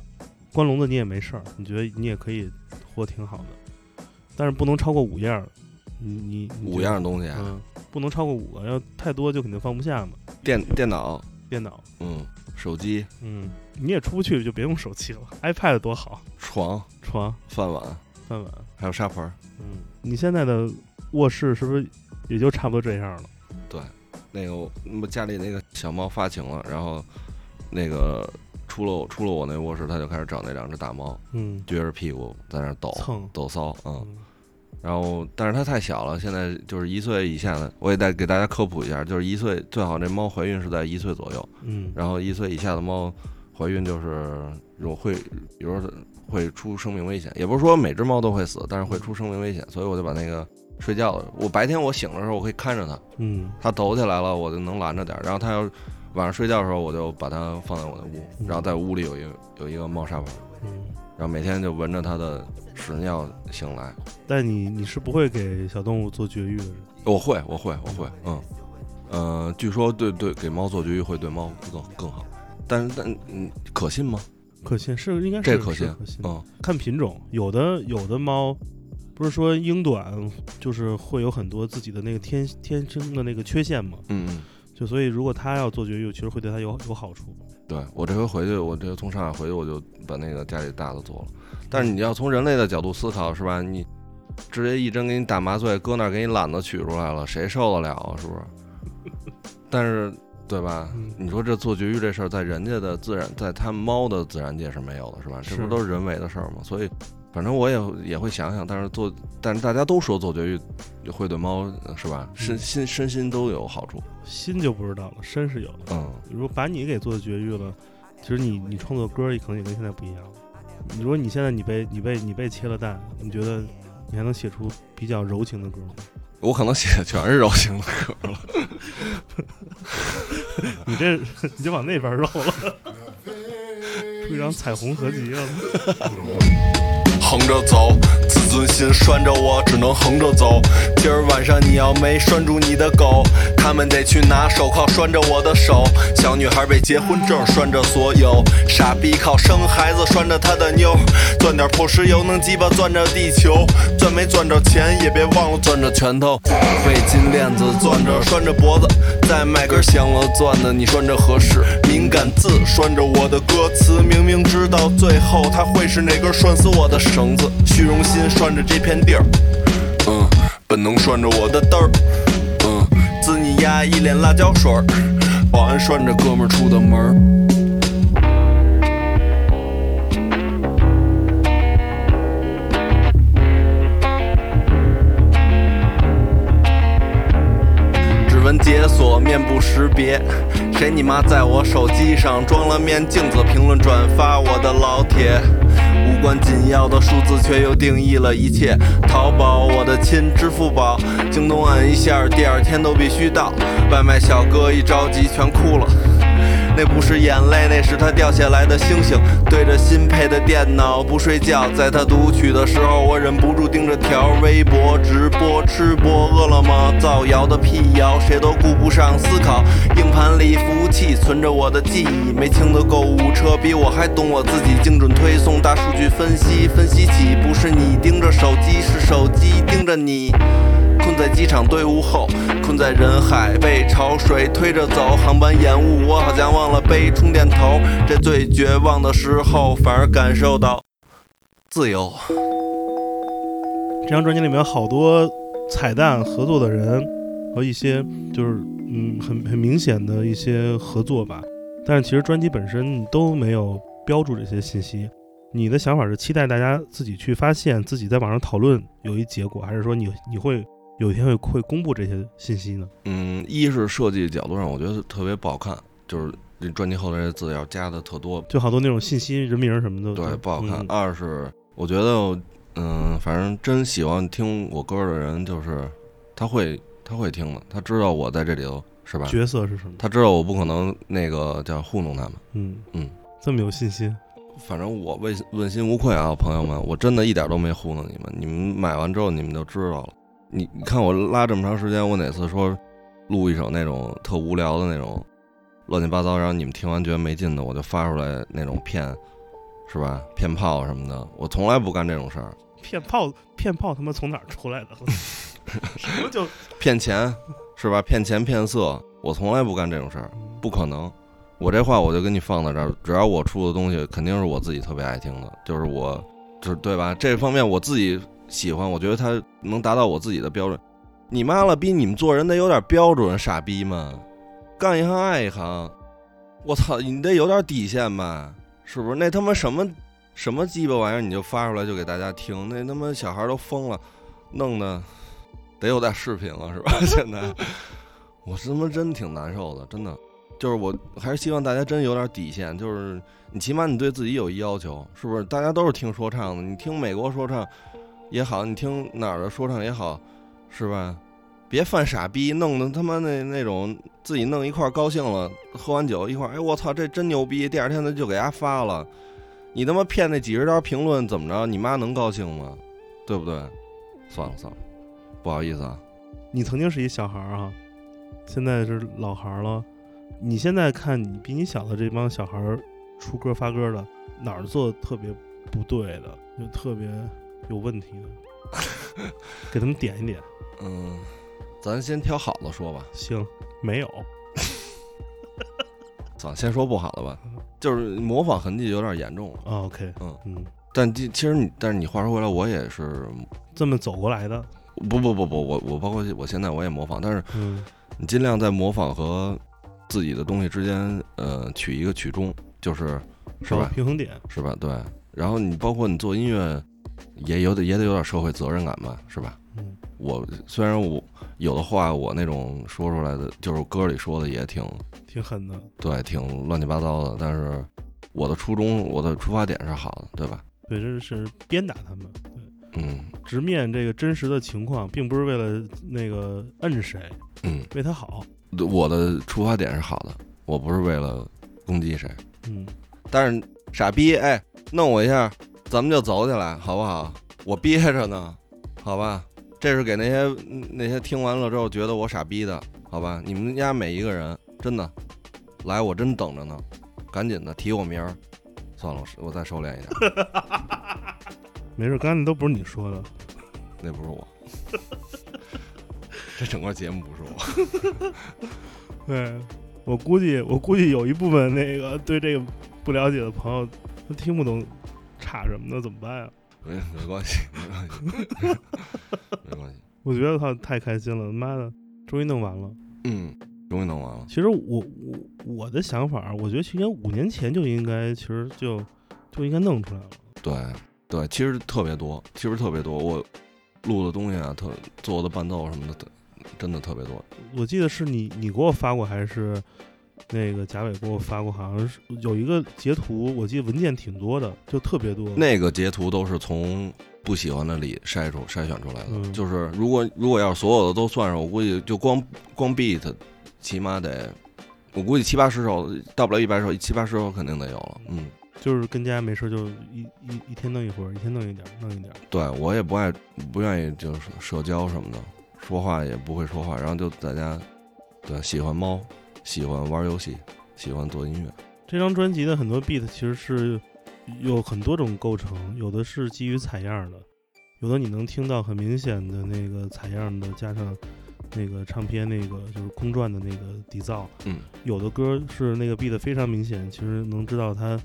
S2: 关笼子你也没事儿，你觉得你也可以活挺好的，但是不能超过五样儿，你你你
S3: 五
S2: 觉得
S3: 样东西啊，
S2: 嗯，不能超过五个，要太多就肯定放不下嘛。
S3: 电电脑，
S2: 电脑，
S3: 嗯，手机、
S2: 嗯，你也出不去，就别用手机了，iPad 多好，
S3: 床、
S2: 床、
S3: 饭碗，
S2: 饭碗，
S3: 还有沙盆儿。
S2: 嗯，你现在的卧室是不是也就差不多这样了？
S3: 那个我我家里那个小猫发情了，然后那个出了我出了我那卧室，它就开始找那两只大猫，
S2: 嗯，
S3: 撅着屁股在那儿抖
S2: 蹭，
S3: 抖骚，嗯。
S2: 嗯
S3: 然后，但是它太小了，现在就是一岁以下的，我也再给大家科普一下，就是一岁最好这猫怀孕是在一岁左右，
S2: 嗯，
S3: 然后一岁以下的猫怀孕就是有会有时候会出生命危险，也不是说每只猫都会死，但是会出生命危险，所以我就把那个睡觉的，我白天我醒的时候我可以看着它，
S2: 嗯
S3: 它抖起来了我就能拦着点儿，然后它要晚上睡觉的时候我就把它放在我的屋，然后在屋里有一个有一个猫砂盆，
S2: 嗯，
S3: 然后每天就闻着它的屎尿醒来，
S2: 但你你是不会给小动物做绝育的，
S3: 我会，我会，我会，嗯，呃，据说对对，给猫做绝育会对猫更更好，但是但嗯，可信吗？
S2: 可信是应该是
S3: 这可信
S2: 是可信，
S3: 嗯，
S2: 看品种，有的有的猫。不是说英短就是会有很多自己的那个天天生的那个缺陷嘛，
S3: 嗯嗯，
S2: 就所以如果它要做绝育，其实会对它有有好处。
S3: 对我这回回去，我这从上海回去，我就把那个家里大的做了。但是你要从人类的角度思考，是吧？你直接一针给你打麻醉，搁那儿给你懒子取出来了，谁受得了啊？是不是？但是对吧
S2: 嗯？
S3: 你说这做绝育这事儿，在人家的自然，在他们猫的自然界是没有的，是吧？这
S2: 是
S3: 不都是人为的事儿吗？所以，反正我也也会想想，但是做，但是大家都说做绝育会对猫呃是吧？
S2: 嗯
S3: 身心身心都有好处。
S2: 心就不知道了，身是有的。
S3: 嗯，
S2: 如果把你给做绝育了，其实你你创作歌也可能也跟现在不一样了。你如果你现在你被你被你被切了蛋，你觉得你还能写出比较柔情的歌吗？
S3: 我可能写的全是柔情的歌了。
S2: 你这 <laughs> 你就往那边绕了，出一张彩虹合集了。
S4: 横着走，自尊心拴着我，只能横着走。今儿晚上你要没拴住你的狗，他们得去拿手铐拴着我的手。小女孩被结婚证拴着所有，傻逼靠生孩子拴着她的妞。赚点破石油能鸡巴钻着地球，赚没赚着钱也别忘了攥着拳头。费金链子攥着拴着脖子，再买根响了钻的你拴着合适。敏感字拴着我的歌词，明明知道最后它会是哪根拴死我的绳子。虚荣心拴着这片地儿，嗯，本能拴着我的嘚儿，嗯，滋你丫一脸辣椒水儿，保安拴着哥们儿出的门儿。指纹解锁，面部识别。谁你妈在我手机上装了面镜子？评论转发我的老铁。无关紧要的数字却又定义了一切。淘宝，我的亲，支付宝，京东按一下，第二天都必须到。外卖小哥一着急全哭了。那不是眼泪，那是他掉下来的星星。对着新配的电脑不睡觉，在他读取的时候，我忍不住盯着条微博直播吃播。饿了么造谣的辟谣，谁都顾不上思考。硬盘里服务器存着我的记忆，没清的购物车比我还懂我自己。精准推送，大数据分析，分析起不是你盯着手机，是手机盯着你。困在机场队伍后，困在人海，被潮水推着走，航班延误，我好像忘了背充电头。这最绝望的时候，反而感受到自由。
S2: 这张专辑里面有好多彩蛋合作的人和一些就是嗯很很明显的一些合作吧，但是其实专辑本身都没有标注这些信息。你的想法是期待大家自己去发现，自己在网上讨论有一结果，还是说你你会有一天会会公布这些信息呢？
S3: 嗯，一是设计角度上，我觉得特别不好看，就是这专辑后头这字要加的特多，
S2: 就好多那种信息人名什么的，
S3: 对，不好看。
S2: 嗯
S3: 二是我觉得嗯，反正真喜欢听我歌的人，就是他会他会听的，他知道我在这里头是吧？
S2: 角色是什么？
S3: 他知道我不可能那个叫糊弄他们。
S2: 嗯
S3: 嗯，
S2: 这么有信心，
S3: 反正我问问心无愧啊，朋友们，我真的一点都没糊弄你们。你们买完之后，你们就知道了。你你看我拉这么长时间，我哪次说录一首那种特无聊的那种乱七八糟，然后你们听完觉得没劲的，我就发出来那种骗，是吧？骗炮什么的，我从来不干这种事儿。
S2: 骗炮骗炮他妈从哪儿出来的？ <laughs> 什么 <laughs> 就
S3: 骗钱是吧？骗钱骗色，我从来不干这种事儿，不可能。我这话我就跟你放在这儿，只要我出的东西，肯定是我自己特别爱听的，就是我，就是对吧？这方面我自己喜欢，我觉得它能达到我自己的标准。你妈了逼，你们做人得有点标准，傻逼吗？干一行爱一行，我操，你得有点底线吧？是不是？那他妈什么什么鸡巴玩意儿，你就发出来就给大家听，那他妈小孩都疯了，弄的。得有点视频了，是吧？ <laughs> 现在我他妈真挺难受的，真的。就是我还是希望大家真有点底线，就是你起码你对自己有一要求，是不是？大家都是听说唱的，你听美国说唱也好，你听哪儿的说唱也好，是吧？别犯傻逼，弄得他妈那那种自己弄一块儿高兴了，喝完酒一块儿，哎我操，这真牛逼！第二天他就给他发了，你他妈骗那几十条评论怎么着？你妈能高兴吗？对不对？算了算了，不好意思啊，
S2: 你曾经是一小孩儿啊，现在是老孩儿了。你现在看你比你小的这帮小孩儿出歌发歌的，哪儿做的特别不对的，就特别有问题的， <laughs> 给他们点一点。
S3: 嗯，咱先挑好的说吧。
S2: 行，没有，
S3: 咱先说不好的吧，就是模仿痕迹有点严重了。
S2: 啊，OK，
S3: 嗯
S2: 嗯，
S3: 但其其实你，但是你话说回来，我也是
S2: 这么走过来的，
S3: 不不不不，我我包括我现在我也模仿，但是
S2: 嗯
S3: 你尽量在模仿和自己的东西之间，呃，取一个曲中，就是 <laughs> 是
S2: 找
S3: 吧
S2: 平衡点，
S3: 是吧？对。然后你包括你做音乐，也有点也得有点社会责任感吧，是吧？
S2: 嗯
S3: 我虽然我有的话我那种说出来的，就是歌里说的也挺
S2: 挺狠的，
S3: 对，挺乱七八糟的，但是我的初衷，我的出发点是好的，对吧？
S2: 对，这是鞭打他们，对，
S3: 嗯
S2: 直面这个真实的情况，并不是为了那个摁谁，
S3: 嗯，
S2: 为他好，
S3: 我的出发点是好的，我不是为了攻击谁。
S2: 嗯，
S3: 但是傻逼，哎，弄我一下，咱们就走起来，好不好？我憋着呢，好吧？这是给那些嗯那些听完了之后觉得我傻逼的，好吧？你们家每一个人，真的，来，我真等着呢，赶紧的提我名儿。算了，我我再收敛一点， <laughs>
S2: 没事，刚才那都不是你说的，
S3: 那不是我。 <laughs> 这整个节目不是我。
S2: 对，我估计我估计有一部分那个对这个不了解的朋友，他听不懂差什么的怎么办啊呀？
S3: 没没关系， <laughs> 没关系， <laughs> 没关系。
S2: 我觉得他太开心了，妈的，终于弄完了。
S3: 嗯，终于弄完了。
S2: 其实我我我的想法，我觉得应该五年前就应该，其实就就应该弄出来了。
S3: 对对，其实特别多，其实特别多。我录的东西啊，特做的伴奏什么的，特真的特别多。
S2: 我记得是你你给我发过，还是那个贾伟给我发过？好像是有一个截图，我记得文件挺多的，就特别多。
S3: 那个截图都是从不喜欢的里筛出筛选出来的。
S2: 嗯
S3: 就是如果如果要是所有的都算上，我估计就光光 beat 起码得，我估计七八十首，到不了一百首，七八十首肯定得有了。嗯。
S2: 就是跟家没事就一一一天弄一会儿，一天弄一点儿，弄一点儿。
S3: 对我也不爱不愿意就是社交什么的，说话也不会说话，然后就在家，对，喜欢猫，喜欢玩游戏，喜欢做音乐，
S2: 这张专辑的很多 beat 其实是有很多种构成，有的是基于采样的，有的你能听到很明显的那个采样的，加上那个唱片那个就是空转的那个底噪。
S3: 嗯，
S2: 有的歌是那个 beat 非常明显，其实能知道它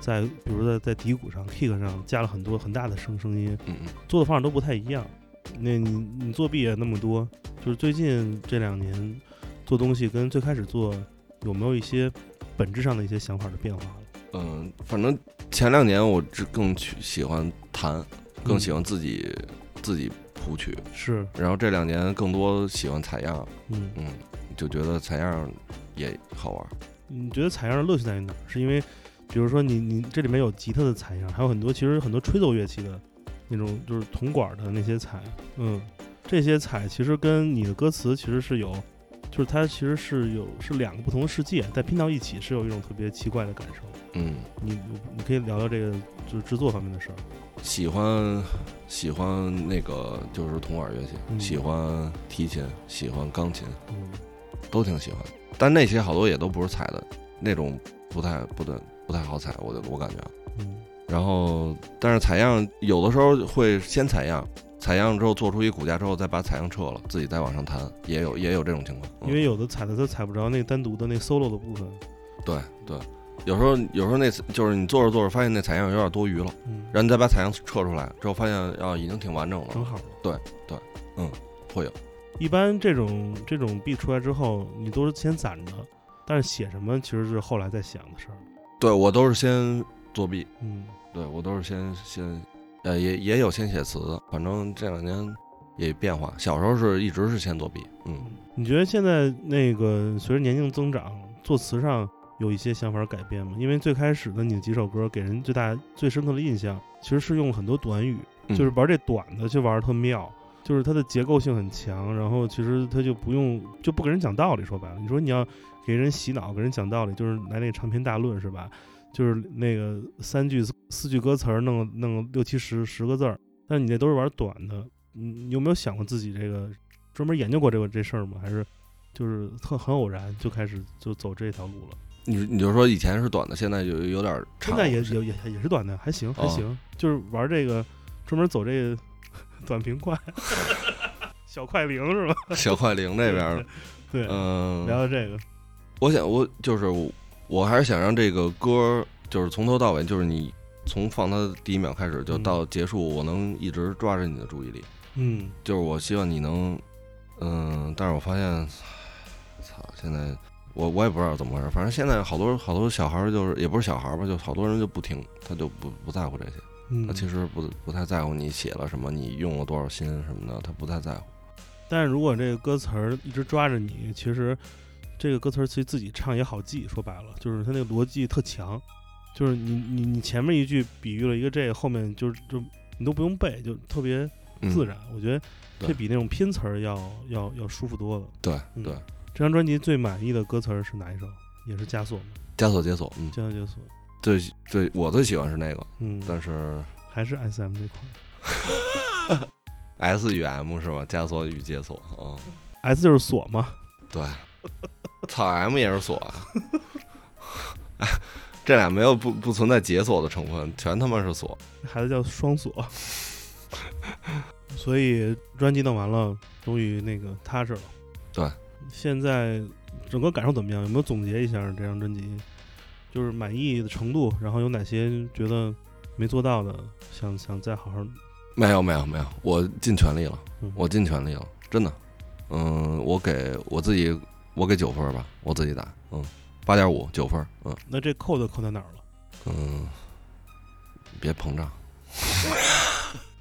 S2: 在比如在在底鼓上、kick 上加了很多很大的声声音，
S3: 嗯嗯，
S2: 做的方法都不太一样。那你你作弊也那么多，就是最近这两年做东西跟最开始做有没有一些本质上的一些想法的变化了？
S3: 嗯，反正前两年我只更去喜欢弹，更喜欢自己、自己谱曲，
S2: 是，
S3: 然后这两年更多喜欢采样，
S2: 嗯，
S3: 嗯，就觉得采样也好玩，
S2: 你觉得采样的乐趣在于哪儿？是因为比如说你你这里面有吉他的采样，还有很多其实很多吹奏乐器的那种就是铜管的那些彩，嗯，这些彩其实跟你的歌词其实是有，就是它其实是有是两个不同的世界，但拼到一起是有一种特别奇怪的感受。
S3: 嗯，
S2: 你你可以聊聊这个就是制作方面的事儿，
S3: 喜欢喜欢那个就是铜管乐器，
S2: 嗯
S3: 喜欢提琴，喜欢钢琴，
S2: 嗯
S3: 都挺喜欢。但那些好多也都不是踩的，那种不太不对不太好踩，我就我感觉。
S2: 嗯
S3: 然后，但是采样有的时候会先采样，采样之后做出一骨架之后，再把采样撤了，自己再往上弹，也有也有这种情况。嗯
S2: 因为有的踩的它踩不着那单独的那 solo 的部分，
S3: 对对，有时候有时候那就是你做着做着发现那采样有点多余了，
S2: 嗯
S3: 然，后你再把采样撤出来之后，发现啊已经挺完整
S2: 正
S3: 了。
S2: 好了。
S3: 会有，
S2: 一般这种这种 B 出来之后，你都是先攒着，但是写什么其实是后来再想的事儿。
S3: 对我都是先作弊，
S2: 嗯，
S3: 对我都是先先，呃也也有先写词的，反正这两年也变化。小时候是一直是先作弊，嗯。
S2: 你觉得现在那个随着年龄增长，作词上有一些想法改变吗？因为最开始的你的几首歌给人最大最深刻的印象，其实是用很多短语，
S3: 嗯
S2: 就是玩这短的去玩得特妙。就是它的结构性很强，然后其实它就不用就不给人讲道理。说白了，你说你要给人洗脑，给人讲道理，就是来那个长篇大论是吧？就是那个三句四句歌词儿，弄弄六七十十个字儿，但你那都是玩短的。嗯，你有没有想过自己这个专门研究过这个这事儿吗？还是就是特很偶然就开始就走这条路了？
S3: 你你就说以前是短的，现在有有点
S2: 现
S3: 长。
S2: 在也也也也是短的，还行还
S3: 哦
S2: 行，就是玩这个专门走这个短平
S3: <laughs>
S2: 快，小快灵是吧？
S3: 小快灵这
S2: <laughs>
S3: 边儿，
S2: 对，
S3: 嗯、
S2: 聊聊这个，
S3: 我想我就是我，我还是想让这个歌儿就是从头到尾，就是你从放它的第一秒开始，就
S2: 嗯
S3: 到结束，我能一直抓着你的注意力。
S2: 嗯
S3: 就是我希望你能，嗯，但是我发现，操，现在我我也不知道怎么回事，反正现在好多好多小孩儿就是也不是小孩儿吧，就好多人就不听，他就不不在乎这些，
S2: 嗯
S3: 他。其实不不太在乎你写了什么，你用了多少心什么的，他不太在乎。
S2: 但是如果这个歌词儿一直抓着你，其实这个歌词儿其实自己唱也好记。说白了，就是它那个逻辑特强，就是你你你前面一句比喻了一个这个，后面就是就你都不用背，就特别
S3: 嗯
S2: 自然。我觉得这
S3: 对
S2: 比那种拼词儿要要要舒服多了。
S3: 对
S2: 嗯
S3: 对，
S2: 这张专辑最满意的歌词儿是哪一首？也是枷锁吗？
S3: 枷锁解锁，嗯，
S2: 枷锁枷锁，
S3: 最最我最喜欢是那个，
S2: 嗯，
S3: 但是
S2: 还是 S M 那块
S3: S 与 M 是吧？枷锁与解锁啊、嗯
S2: ，S 就是锁嘛，
S3: 对，操 M 也是锁啊， <laughs> 这俩没有不不存在解锁的成分，全他妈是锁。
S2: 孩子叫双锁， <laughs> 所以专辑弄完了，终于那个踏实了。
S3: 对，
S2: 现在整个感受怎么样？有没有总结一下这张专辑？就是满意的程度，然后有哪些觉得没做到的，想想再好好。
S3: 没有没有没有，我尽全力了，
S2: 嗯、
S3: 我尽全力了，真的。嗯，我给我自己，我给九分儿吧，我自己打，嗯，八点五九分儿，嗯
S2: 那这扣的扣在哪儿了？
S3: 嗯，别膨胀。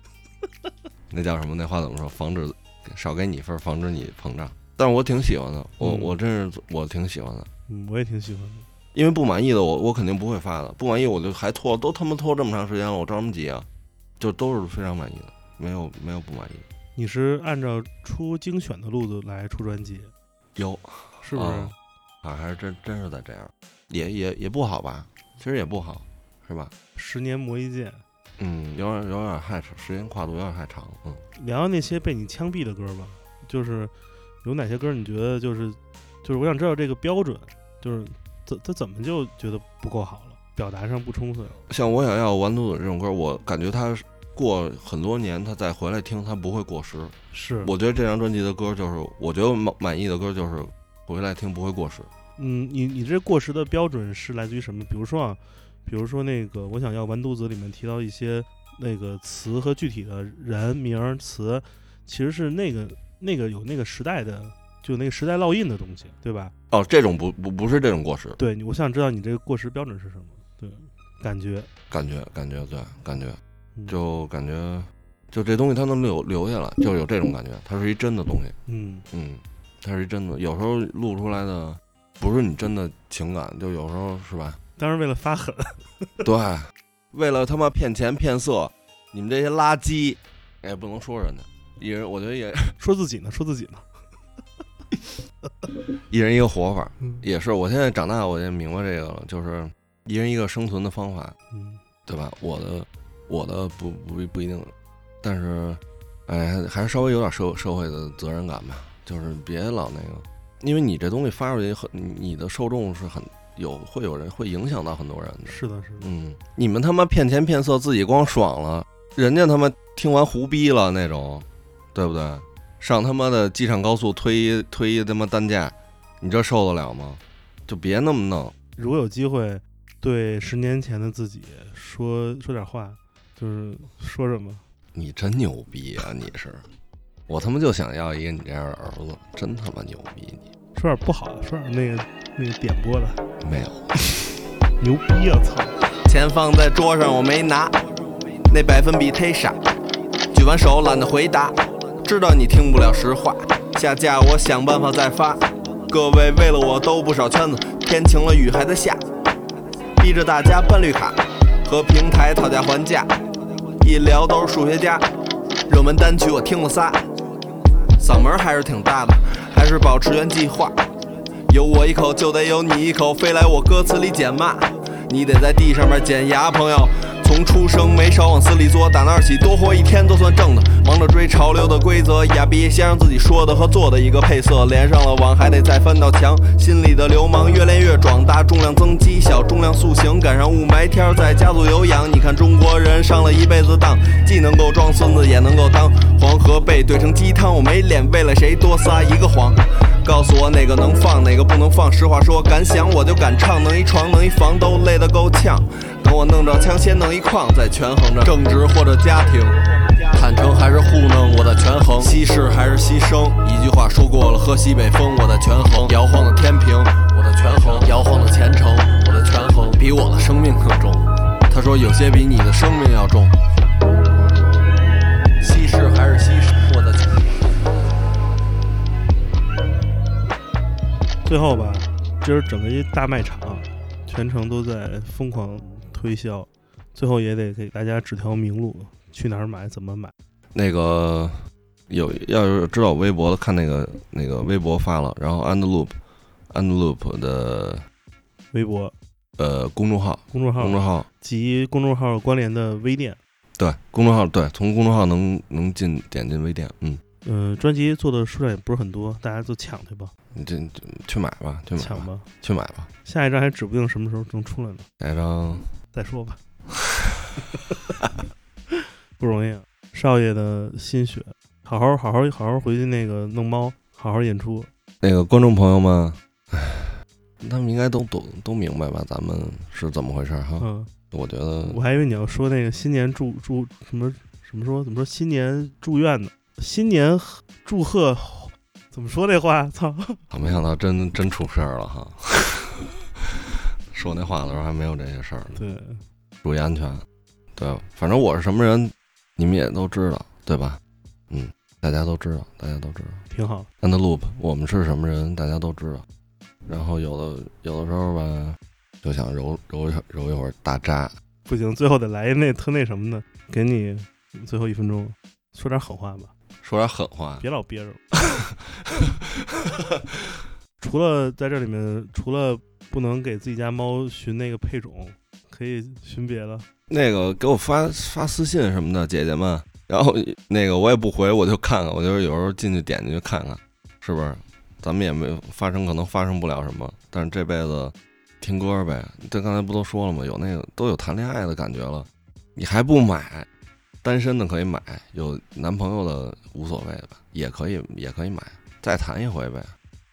S3: <laughs> 那叫什么？那话怎么说？防止少给你一份儿，防止你膨胀。但是我挺喜欢的，我、
S2: 嗯
S3: 我真是我挺喜欢的，
S2: 嗯，我也挺喜欢的。
S3: 因为不满意的我我肯定不会发的，不满意我就还拖，都他妈拖这么长时间了，我着什么急啊？就都是非常满意的，没有没有不满意的，
S2: 你是按照出精选的路子来出专辑，
S3: 有
S2: 是不是？
S3: 啊啊，还是真真是在这样，也也也不好吧？其实也不好，是吧？
S2: 十年磨一剑，
S3: 嗯，有点有点太长，时间跨度有点太长了。嗯，
S2: 聊聊那些被你枪毙的歌吧，就是有哪些歌你觉得就是就是我想知道这个标准，就是怎他怎么就觉得不够好了，表达上不充分，
S3: 像我想要《完犊子》这种歌，我感觉它过很多年，它再回来听，它不会过时。
S2: 是
S3: 我觉得这张专辑的歌就是，我觉得满满意的歌就是回来听不会过时。
S2: 嗯，你你这过时的标准是来自于什么？比如说啊，比如说那个我想要完犊子里面提到一些那个词和具体的人名儿词，其实是那个那个有那个时代的，就那个时代烙印的东西，对吧？
S3: 哦，这种不不不是这种过时，
S2: 对，我想知道你这个过时标准是什么？对，感觉，
S3: 感觉感觉对，感觉
S2: 嗯
S3: 就感觉就这东西它能留留下来，就有这种感觉，它是一真的东西。
S2: 嗯
S3: 嗯，它是真的，有时候录出来的不是你真的情感，就有时候是吧？ <laughs>
S2: 当然为了发狠，
S3: 对，为了他妈骗钱骗色，你们这些垃圾，也不能说人家，一人我觉得也
S2: <laughs> 说自己呢，说自己呢，
S3: 一人一个活法，
S2: 嗯
S3: 也是。我现在长大，我就明白这个了，就是一人一个生存的方法，
S2: 嗯，
S3: 对吧？我的我的不不不一定，但是，哎，还还是稍微有点社社会的责任感吧，就是别老那个，因为你这东西发出去很，你你的受众是很有会有人会影响到很多人的。
S2: 是的，是的，
S3: 嗯，你们他妈骗钱骗色，自己光爽了，人家他妈听完胡逼了那种，对不对？上他妈的机场高速推一推一他妈担架，你这受得了吗？就别那么弄。
S2: 如果有机会对十年前的自己说说点话，就是说什么？
S3: 你真牛逼啊！你是，我他妈就想要一个你这样的儿子，真他妈牛逼你！
S2: 说点不好的，说点那个那个点播的，
S3: 没有，
S2: 牛逼啊！操！
S4: 钱放在桌上我没拿，那百分比忒傻，举完手懒得回答，知道你听不了实话，下架我想办法再发。各位为了我兜不少圈子，天晴了雨还在下，逼着大家办绿卡和平台讨价还价，一聊都是数学家，热门单曲我听了仨，嗓门还是挺大的，还是保持原计划。有我一口就得有你一口，非来我歌词里捡骂。你得在地上面捡牙，朋友。从出生没少往死里作，打那儿起多活一天都算挣的。忙着追潮流的规则，哑逼先让自己说的和做的一个配色，连上了网还得再翻到墙。心里的流氓越练越壮大，重量增肌，小重量塑形，赶上雾霾天儿在家族有氧。你看中国人上了一辈子当，既能够装孙子，也能够当黄河被兑成鸡汤。我没脸为了谁多撒一个谎。告诉我哪个能放，哪个不能放。实话说，敢想我就敢唱，能一床能一房都累得够呛。等我弄着枪，先弄一矿，再权衡着正直或者家庭，坦诚还是糊弄，我在权衡；稀释还是牺牲。一句话说过了，喝西北风，我在权衡。摇晃的天平，我在权衡；摇晃的前程，我在权衡。比我的生命更重，他说有些比你的生命要重。稀释还是稀释，我的。
S2: 最后吧，今儿整个一大卖场，全程都在疯狂推销，最后也得给大家指条明路，去哪儿买，怎么买。
S3: 那个有要是知道我微博的，看那个那个微博发了，然后 And Loop And Loop 的
S2: 微博、
S3: 呃公众号，
S2: 公众号
S3: 公众号
S2: 及公众号关联的微店，
S3: 对公众号对，从公众号能能进点进微店，嗯，
S2: 嗯、专辑做的数量也不是很多，大家就抢去吧，
S3: 你这这去买吧，去买
S2: 抢
S3: 吧，
S2: 吧。
S3: 去买吧，
S2: 下一张还指不定什么时候能出来呢，
S3: 下一张
S2: 再说
S3: <laughs>
S2: 吧。不容易啊，少爷的心血，好好好好好好回去那个弄猫，好好演出。
S3: 那个观众朋友们，唉他们应该都懂都明白吧，咱们是怎么回事儿哈？
S2: 嗯，
S3: 我觉得
S2: 我还以为你要说那个新年祝祝什么什么说怎么说新年祝愿呢？新年祝贺，怎么说那话？ <laughs> 操，
S3: 啊，没想到真真出事儿了哈。 <laughs> 说那话的时候还没有这些事儿呢，
S2: 对，
S3: 注意安全。啊对，反正我是什么人，你们也都知道，对吧？嗯，大家都知道，大家都知道。
S2: 挺好。
S3: And loop，我们是什么人，大家都知道。然后有的有的时候吧，就想揉揉一会儿揉一会儿大渣，
S2: 不行，最后得来一那特那什么的，给你最后一分钟，说点狠话吧，
S3: 说点狠话。
S2: 别老憋着我。除了在这里面，除了不能给自己家猫寻那个配种，可以寻别的。
S3: 那个给我发发私信什么的，姐姐们。然后那个我也不回，我就看看，我就是有时候进去点进去看看，是不是？咱们也没发生，可能发生不了什么，但是这辈子听歌呗。这刚才不都说了吗？有那个都有谈恋爱的感觉了，你还不买？单身的可以买，有男朋友的无所谓吧，也可以也可以买，再谈一回呗，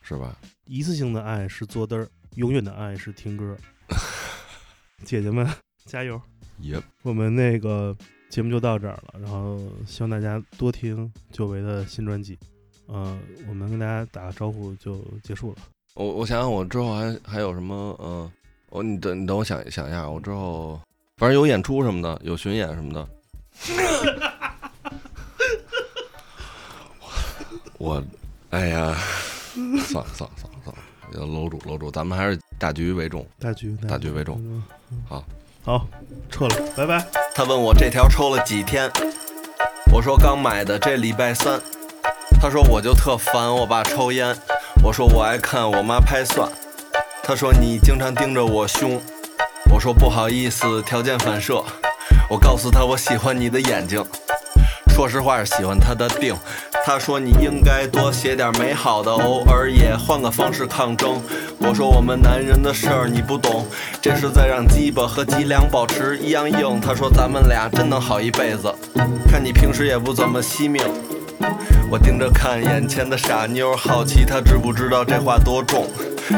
S3: 是吧？
S2: 一次性的爱是坐嘚儿，永远的爱是听歌。 <laughs> 姐姐们，加油！
S3: 也
S2: 我们那个节目就到这儿了，然后希望大家多听久违的新专辑。呃，我们跟大家打个招呼就结束了。
S3: 我我想想，我之后还还有什么？嗯、呃，我你等你等我想想一下，我之后反正有演出什么的，有巡演什么的。我，哎呀，算了算了算了算了，楼主楼主，咱们还是大局为重。
S2: 大局，
S3: 大局为重
S2: 嗯
S3: 好，
S2: 好，撤了，拜拜。
S3: 他问我这条抽了几天，我说刚买的，这礼拜三。他说我就特烦我爸抽烟，我说我爱看我妈拍蒜。他说你经常盯着我胸，我说不好意思，条件反射。我告诉他我喜欢你的眼睛，说实话是喜欢他的腚。他说你应该多写点美好的，偶尔也换个方式抗争。我说我们男人的事儿你不懂，这是在让鸡巴和脊梁保持一样硬。他说咱们俩真能好一辈子，看你平时也不怎么惜命。我盯着看眼前的傻妞，好奇她知不知道这话多重。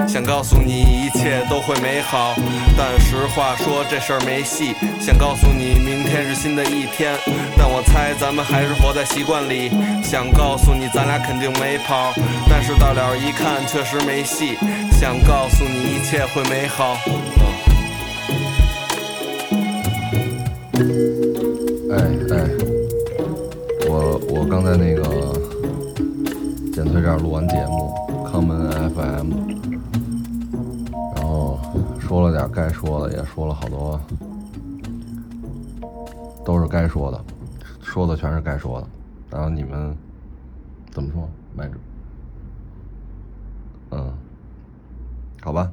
S3: 想告诉你一切都会美好，但实话说这事儿没戏。想告诉你明天是新的一天，但我猜咱们还是活在习惯里。想告诉你咱俩肯定没跑，但是到了一看确实没戏。想告诉你一切会美好。
S4: 哎哎，我我刚才那个减退这儿录完节目，康门 FM，然后说了点该说的，也说了好多，都是该说的，说的全是该说的。然后你们怎么说？买主，嗯，好吧，